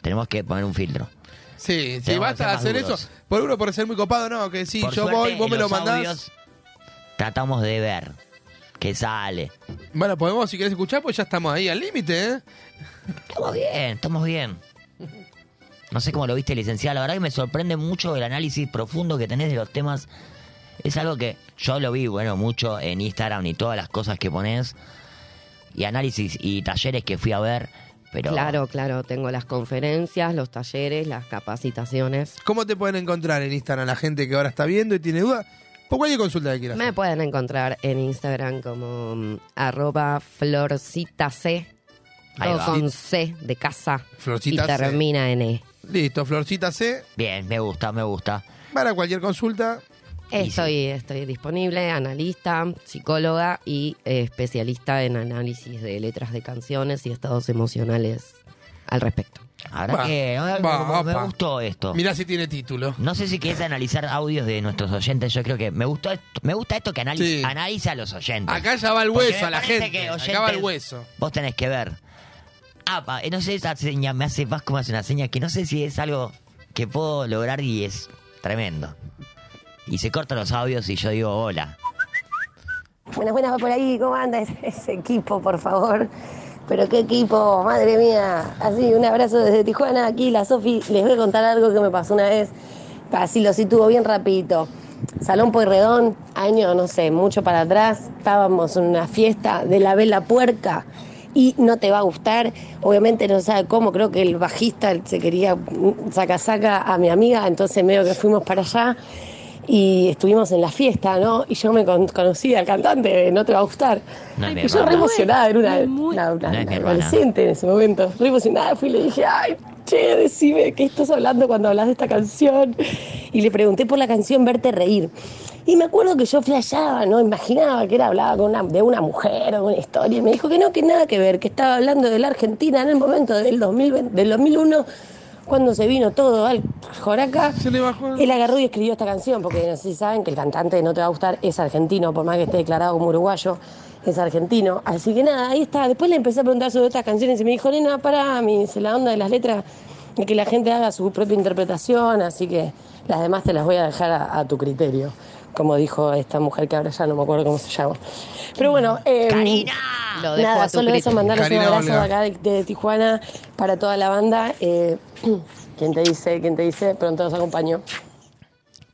S2: Tenemos que poner un filtro.
S3: Sí, sí,
S2: Tenemos
S3: basta de
S2: que ser
S3: hacer
S2: más
S3: eso.
S2: duros.
S3: Por uno, por ser muy copado, no, que sí,
S2: Por
S3: yo
S2: suerte,
S3: voy, vos
S2: en
S3: me lo
S2: los
S3: mandás.
S2: audios Tratamos de ver qué sale.
S3: Bueno, podemos, si querés escuchar, pues ya estamos ahí al límite, ¿eh?
S2: Estamos bien, estamos bien. No sé cómo lo viste, licenciada. La verdad que me sorprende mucho el análisis profundo que tenés de los temas. Es algo que yo lo vi, bueno, mucho en Instagram y todas las cosas que ponés. Y análisis y talleres que fui a ver. Pero
S5: Claro, claro, tengo las conferencias, los talleres, las capacitaciones.
S3: ¿Cómo te pueden encontrar en Instagram la gente que ahora está viendo y tiene dudas? Por cualquier consulta que quieras.
S5: Me pueden encontrar en Instagram como mm, arroba florcitac,
S3: Ahí
S5: todo
S3: va.
S5: con C de casa
S3: Florcita
S5: y
S3: C.
S5: termina en E.
S3: Listo, Florcita C,
S2: Bien, me gusta, me gusta.
S3: para cualquier consulta.
S5: Estoy, estoy disponible, analista, psicóloga y eh, especialista en análisis de letras de canciones y estados emocionales al respecto.
S2: Ahora
S5: Va,
S2: que ahora
S5: va,
S2: me, me
S5: opa.
S2: gustó esto.
S3: Mirá si tiene título.
S2: No sé si querés analizar audios de nuestros oyentes. Yo creo que me gustó esto, me gusta esto que analiza,
S3: Sí.
S2: analiza a los oyentes.
S3: Acá ya va el
S2: Porque
S3: hueso
S2: me
S3: a la
S2: parece
S3: gente.
S2: que
S3: Acá
S2: oyentes-
S3: va el hueso.
S2: Vos tenés que ver. Ah, pa, eh, no sé esa seña, me hace más como hace una seña que no sé si es algo que puedo lograr y es tremendo. Y se cortan los audios y yo digo hola.
S13: Buenas, buenas, va por ahí, ¿cómo anda ese, ese equipo, por favor? Pero qué equipo, madre mía. Así, un abrazo desde Tijuana, aquí la Sofi, les voy a contar algo que me pasó una vez, así lo sitúo bien rapidito. Salón Pueyrredón, año, no sé, mucho para atrás, estábamos en una fiesta de la vela puerca y no te va a gustar. Obviamente no sabe cómo, creo que el bajista se quería saca-saca a mi amiga, entonces medio que fuimos para allá y estuvimos en la fiesta, ¿no? Y yo me con- conocí al cantante, de no te va a gustar.
S2: No es mi
S13: y yo
S2: hermana.
S13: re emocionada, era una, una- una-
S2: No es mi
S13: una
S2: hermana.
S13: adolescente en ese momento, re emocionada, fui y le dije, ay, che, decime de qué estás hablando cuando hablas de esta canción. Y le pregunté por la canción Verte Reír. Y me acuerdo que yo flasheaba, ¿no? Imaginaba que era hablaba con una- de una mujer o una historia. Y me dijo que no, que nada que ver, que estaba hablando de la Argentina en el momento del, 2020, del 2001 cuando se vino todo al
S5: Ah,
S13: Joraca, él agarró y escribió esta canción, porque no sé si saben que el cantante de No Te Va a Gustar es argentino, por más que esté declarado como uruguayo, es argentino. Así que nada, ahí está. Después le empecé a preguntar sobre otras canciones y me dijo, nena, para mí, dice, la onda de las letras es que la gente haga su propia interpretación, así que las demás te las voy a dejar a, a tu criterio, como dijo esta mujer que ahora ya no me acuerdo cómo se llama. Pero bueno, eh,
S5: Lo dejo
S13: Nada,
S5: a tu
S13: solo eso,
S5: criterio.
S13: mandarles un
S5: Karina
S13: abrazo
S5: Olga.
S13: de acá de, de Tijuana para toda la banda. Eh, <clears throat> quien te dice, quien te dice, pronto los acompaño.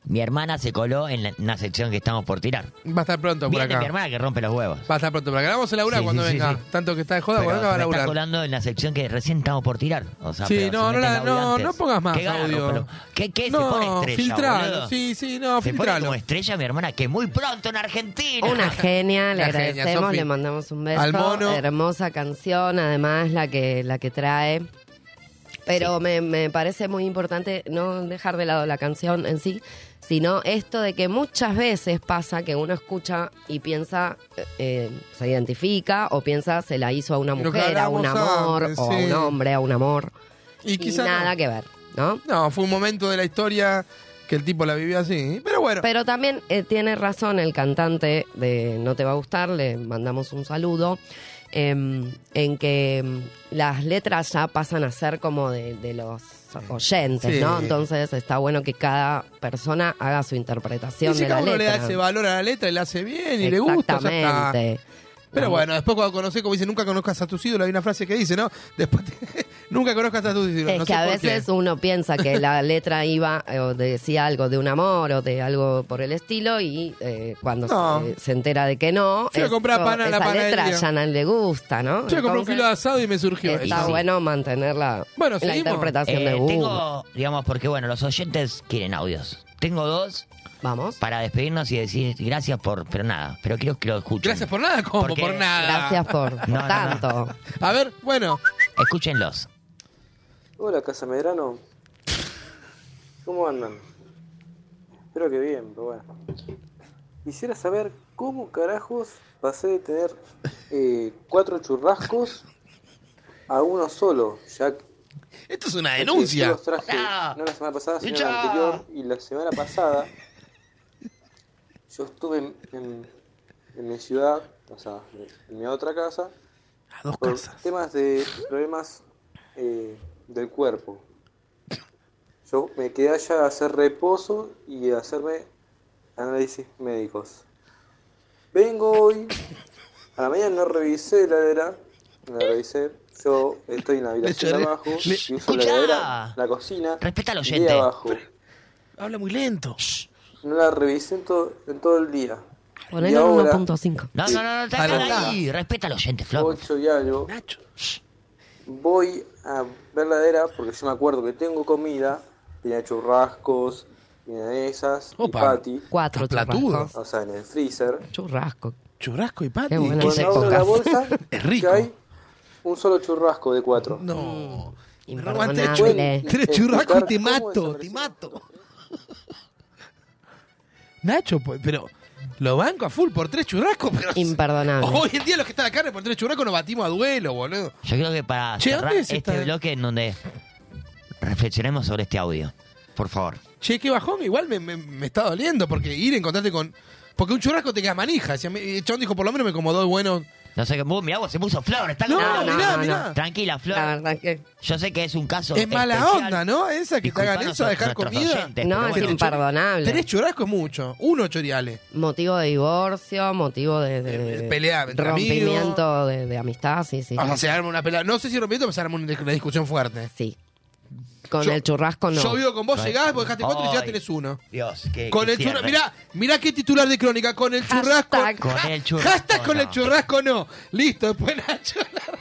S2: Mi hermana se coló en la- una sección que estamos por tirar.
S3: Va a estar pronto por
S2: Viene
S3: acá.
S2: mi hermana que rompe los huevos.
S3: Va a estar pronto por acá. La Vamos a laburar
S2: Sí,
S3: cuando
S2: sí, sí,
S3: venga.
S2: sí.
S3: Tanto que está de joda,
S2: Pero
S3: cuando venga va a
S2: se me está
S3: laburar.
S2: colando en la sección que recién estamos por tirar. O sea,
S3: Sí,
S2: pero
S3: no,
S2: se
S3: no
S2: mete
S3: la-
S2: el audio
S3: no,
S2: antes.
S3: no pongas más
S2: Qué garro,
S3: audio.
S2: pero- ¿Qué, qué? se
S3: No,
S2: pone estrella,
S3: filtralo,
S2: boludo?
S3: sí, sí, no,
S2: Se pone
S3: filtralo.
S2: como estrella mi hermana que muy pronto en Argentina.
S5: Una genia, le
S2: Una genia,
S5: agradecemos,
S2: Sofi.
S5: le mandamos un beso.
S2: Al mono.
S5: Hermosa canción, además, la que, la que trae. Pero me, me parece muy importante no dejar de lado la canción en sí, sino esto de que muchas veces pasa que uno escucha y piensa, eh, eh, se identifica o piensa se la hizo a una
S13: Lo que
S5: mujer, a un
S13: hablábamos
S5: amor,
S13: antes,
S5: o a
S13: sí.
S5: un hombre, a un amor.
S13: Y
S5: Y,
S13: quizá
S5: nada
S13: no.
S5: que ver. ¿no?
S3: No, fue un momento de la historia que el tipo la vivió así. Pero bueno.
S5: Pero también eh, tiene razón el cantante de No Te Va a Gustar, le mandamos un saludo, em, en que em, las letras ya pasan a ser como de, de los oyentes,
S3: Sí.
S5: ¿no? Entonces está bueno que cada persona haga su interpretación
S3: Y si
S5: de
S3: cada
S5: la
S3: uno le da
S5: letra.
S3: ese valor a la letra y la hace bien y le gusta, ya está.
S5: Exactamente.
S3: Pero bueno, después cuando conoces, como dice, nunca conozcas a tus ídolos, hay una frase que dice, ¿no? Después, te- <laughs> nunca conozcas a tus ídolos.
S5: Es
S3: no
S5: que
S3: sé
S5: a
S3: por qué.
S5: veces uno piensa que
S3: <laughs>
S5: la letra iba eh, o decía algo de un amor o de algo por el estilo y eh, cuando
S3: No.
S5: se, se entera de que no,
S3: Fui a comprar pan a la
S5: esa letra
S3: panadería.
S5: ya no le gusta,
S3: Yo
S5: ¿no?
S3: compré un
S5: Entonces,
S3: kilo de asado y me surgió
S5: Está
S3: eso.
S5: bueno mantener la,
S3: Bueno,
S5: la
S3: seguimos.
S5: interpretación
S2: Eh,
S5: de Google.
S2: Tengo, digamos, porque bueno, los oyentes quieren audios. Tengo dos.
S5: Vamos.
S2: Para despedirnos y decir gracias por, pero nada, pero quiero que lo escuchen. Gracias
S3: por nada, como
S5: por
S3: Ah.
S5: nada? Gracias por- por tanto.
S3: A ver, bueno.
S2: Escúchenlos.
S14: Hola, Casa Medrano. ¿Cómo andan? Espero que bien, pero bueno. Quisiera saber cómo carajos pasé de tener eh, cuatro
S2: <laughs>
S14: churrascos a uno solo, ya que
S3: Esto es una
S14: yo
S3: denuncia.
S14: los traje
S2: Ah,
S14: no la semana pasada, sino
S3: Lucha.
S14: la anterior y la semana pasada yo estuve en, en- en mi ciudad, o sea, en mi otra casa, por temas de problemas eh, del cuerpo. Yo me quedé allá a hacer reposo y a hacerme análisis médicos. Vengo hoy, a la mañana no revisé la heladera, no la revisé. Yo estoy en la habitación de
S3: choré-
S14: abajo
S3: le-
S14: y uso la
S3: Escuchá.
S14: heladera, la cocina
S2: Respeta al
S14: y de
S2: oyente.
S14: abajo.
S3: Habla muy lento.
S14: No la revisé en, to- en todo el día.
S5: Ponelo en 1.5.
S2: No, no, no, no, te hagan ahí. Respeta al oyente, Flor.
S14: 8 y algo. Voy a ver la heladera porque yo me acuerdo que tengo comida. Tenía churrascos, milanesas, y
S5: Opa.
S14: patty.
S5: Cuatro Estás platudo. churrascos.
S14: O sea, en el freezer.
S5: Churrasco.
S3: Churrasco y
S5: Qué
S14: Y
S5: buenas
S14: cuando abro la
S5: épocas.
S14: bolsa, que hay un solo churrasco de cuatro.
S3: No.
S5: Mm, Imperdonable.
S14: Pueden
S3: Tres churrascos y te
S14: explicar
S3: mato, te mato. Nacho, pues, pero lo banco a full por tres churrascos, pero...
S5: Imperdonable.
S3: Hoy en día los que están acá por tres churrascos nos batimos a duelo, boludo.
S2: Yo creo que para
S3: Che,
S2: cerrar
S3: ¿dónde es
S2: este
S3: esta-
S2: bloque en donde reflexionemos sobre este audio. Por favor.
S3: Che, qué bajón, igual me, me- me está doliendo, porque ir a encontrarte con... Porque un churrasco te queda manija. Si a mí- el chabón dijo, por lo menos me como dos buenos...
S2: No sé qué... vos, Mirá, vos se puso Flor. Está
S3: No,
S2: con-
S3: mirá, mirá.
S2: Tranquila, Flor.
S5: La verdad que...
S2: Yo sé que es un caso
S3: Es mala
S2: especial.
S3: onda, ¿no? Esa que te hagan
S2: Disculpanos
S3: eso, a dejar
S2: nuestros
S3: comida.
S2: oyentes,
S5: No,
S2: pero
S5: es
S2: bueno.
S5: imperdonable.
S3: Tres churrascos es mucho. Uno choriale.
S5: Motivo de divorcio, motivo de, de-
S3: Eh, pelea entre
S5: rompimiento de, de amistad, sí, sí.
S3: O sea, Ah, se arma una pelea. No sé si rompiendo, pero se arma una, una discusión fuerte.
S5: Sí. Con
S3: Yo-
S5: el churrasco no.
S3: Yo vivo con vos, llegás, vos dejaste cuatro y ya
S2: Ay.
S3: tenés uno.
S2: Dios, qué-
S3: Con
S2: qué
S3: el churrasco.
S2: cierre.
S3: Mirá, mirá qué titular de crónica. Con el churrasco.
S2: Con
S3: Ja-
S2: el churrasco
S3: Hashtag con
S2: no.
S3: el churrasco no. Listo, después <laughs> Nacho. la-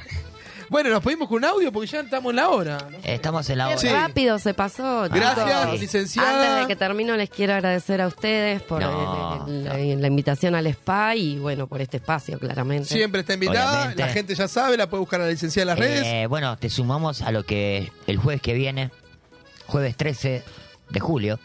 S3: Bueno, nos pedimos con un audio porque ya estamos en la hora. ¿no?
S2: Estamos en la
S5: Qué
S2: hora.
S5: rápido se pasó.
S2: Ah,
S5: chicos.
S3: Gracias, licenciada.
S5: Antes de que termino, les quiero agradecer a ustedes por
S2: No,
S5: el- el- la, la invitación al spa y, bueno, por este espacio, claramente.
S3: Siempre está invitada.
S2: Obviamente.
S3: La gente ya sabe, la puede buscar a la licenciada en las redes.
S2: Eh, bueno, te sumamos a lo que el jueves que viene, jueves 13 de julio,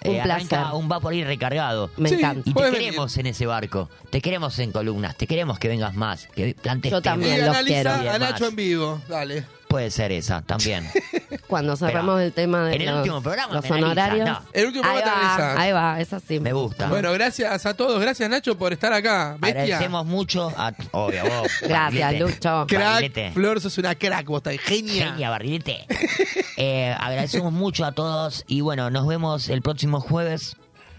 S2: eh,
S5: Un
S2: arranca
S5: placer.
S2: un Vaporir recargado.
S5: Me Sí, encanta.
S2: Y te
S5: puedes
S2: queremos en ese barco, te queremos en columnas, te queremos que vengas más, que plantes
S5: Yo
S2: temas.
S5: también Y los analiza quiero.
S3: a Nacho en vivo. Dale.
S2: Puede ser esa, también.
S5: Cuando cerramos el tema de
S2: en el
S5: los,
S2: último programa
S5: los
S2: me analizas,
S5: honorarios.
S2: no.
S3: El último
S5: ahí,
S3: programa te
S5: va,
S3: analizas.
S5: ahí va, es así.
S2: Me
S3: <laughs>
S2: gusta.
S3: Bueno, gracias a todos. Gracias, Nacho, por estar acá. Bestia.
S2: Agradecemos mucho a... Obvio, a vos.
S5: Gracias,
S2: Barrilete.
S5: Lucho.
S3: Crack,
S2: Barrilete.
S3: Flor, sos una crack, vos estás genia.
S2: Genia, barrilete. Eh, agradecemos mucho a todos y bueno, nos vemos el próximo jueves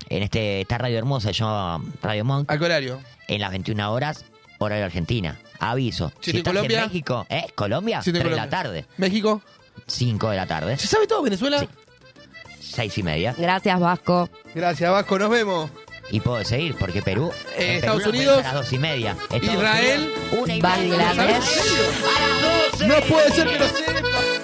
S2: en este, esta radio hermosa, se llama Radio Monk.
S3: ¿A qué horario?
S2: En las 21 horas, horario Argentina. Aviso.
S3: Si estoy en
S2: Si, estás
S3: Colombia-
S2: en México, ¿eh? Colombia,
S3: Si estoy en
S2: 3 de la
S3: Colombia.
S2: tarde.
S3: México.
S2: 5 de la tarde.
S3: ¿Se sabe todo Venezuela?
S2: 6 y media.
S5: Gracias, Vasco.
S3: Gracias, Vasco. Nos vemos.
S2: Y puedo seguir porque Perú.
S3: Eh,
S2: en
S3: Estados
S2: Perú nos
S3: Unidos.
S2: vemos A las 2 y media. Estados
S3: Israel.
S2: Unidos, una y media.
S5: Bangladesh.
S3: No puede ser que lo sepa.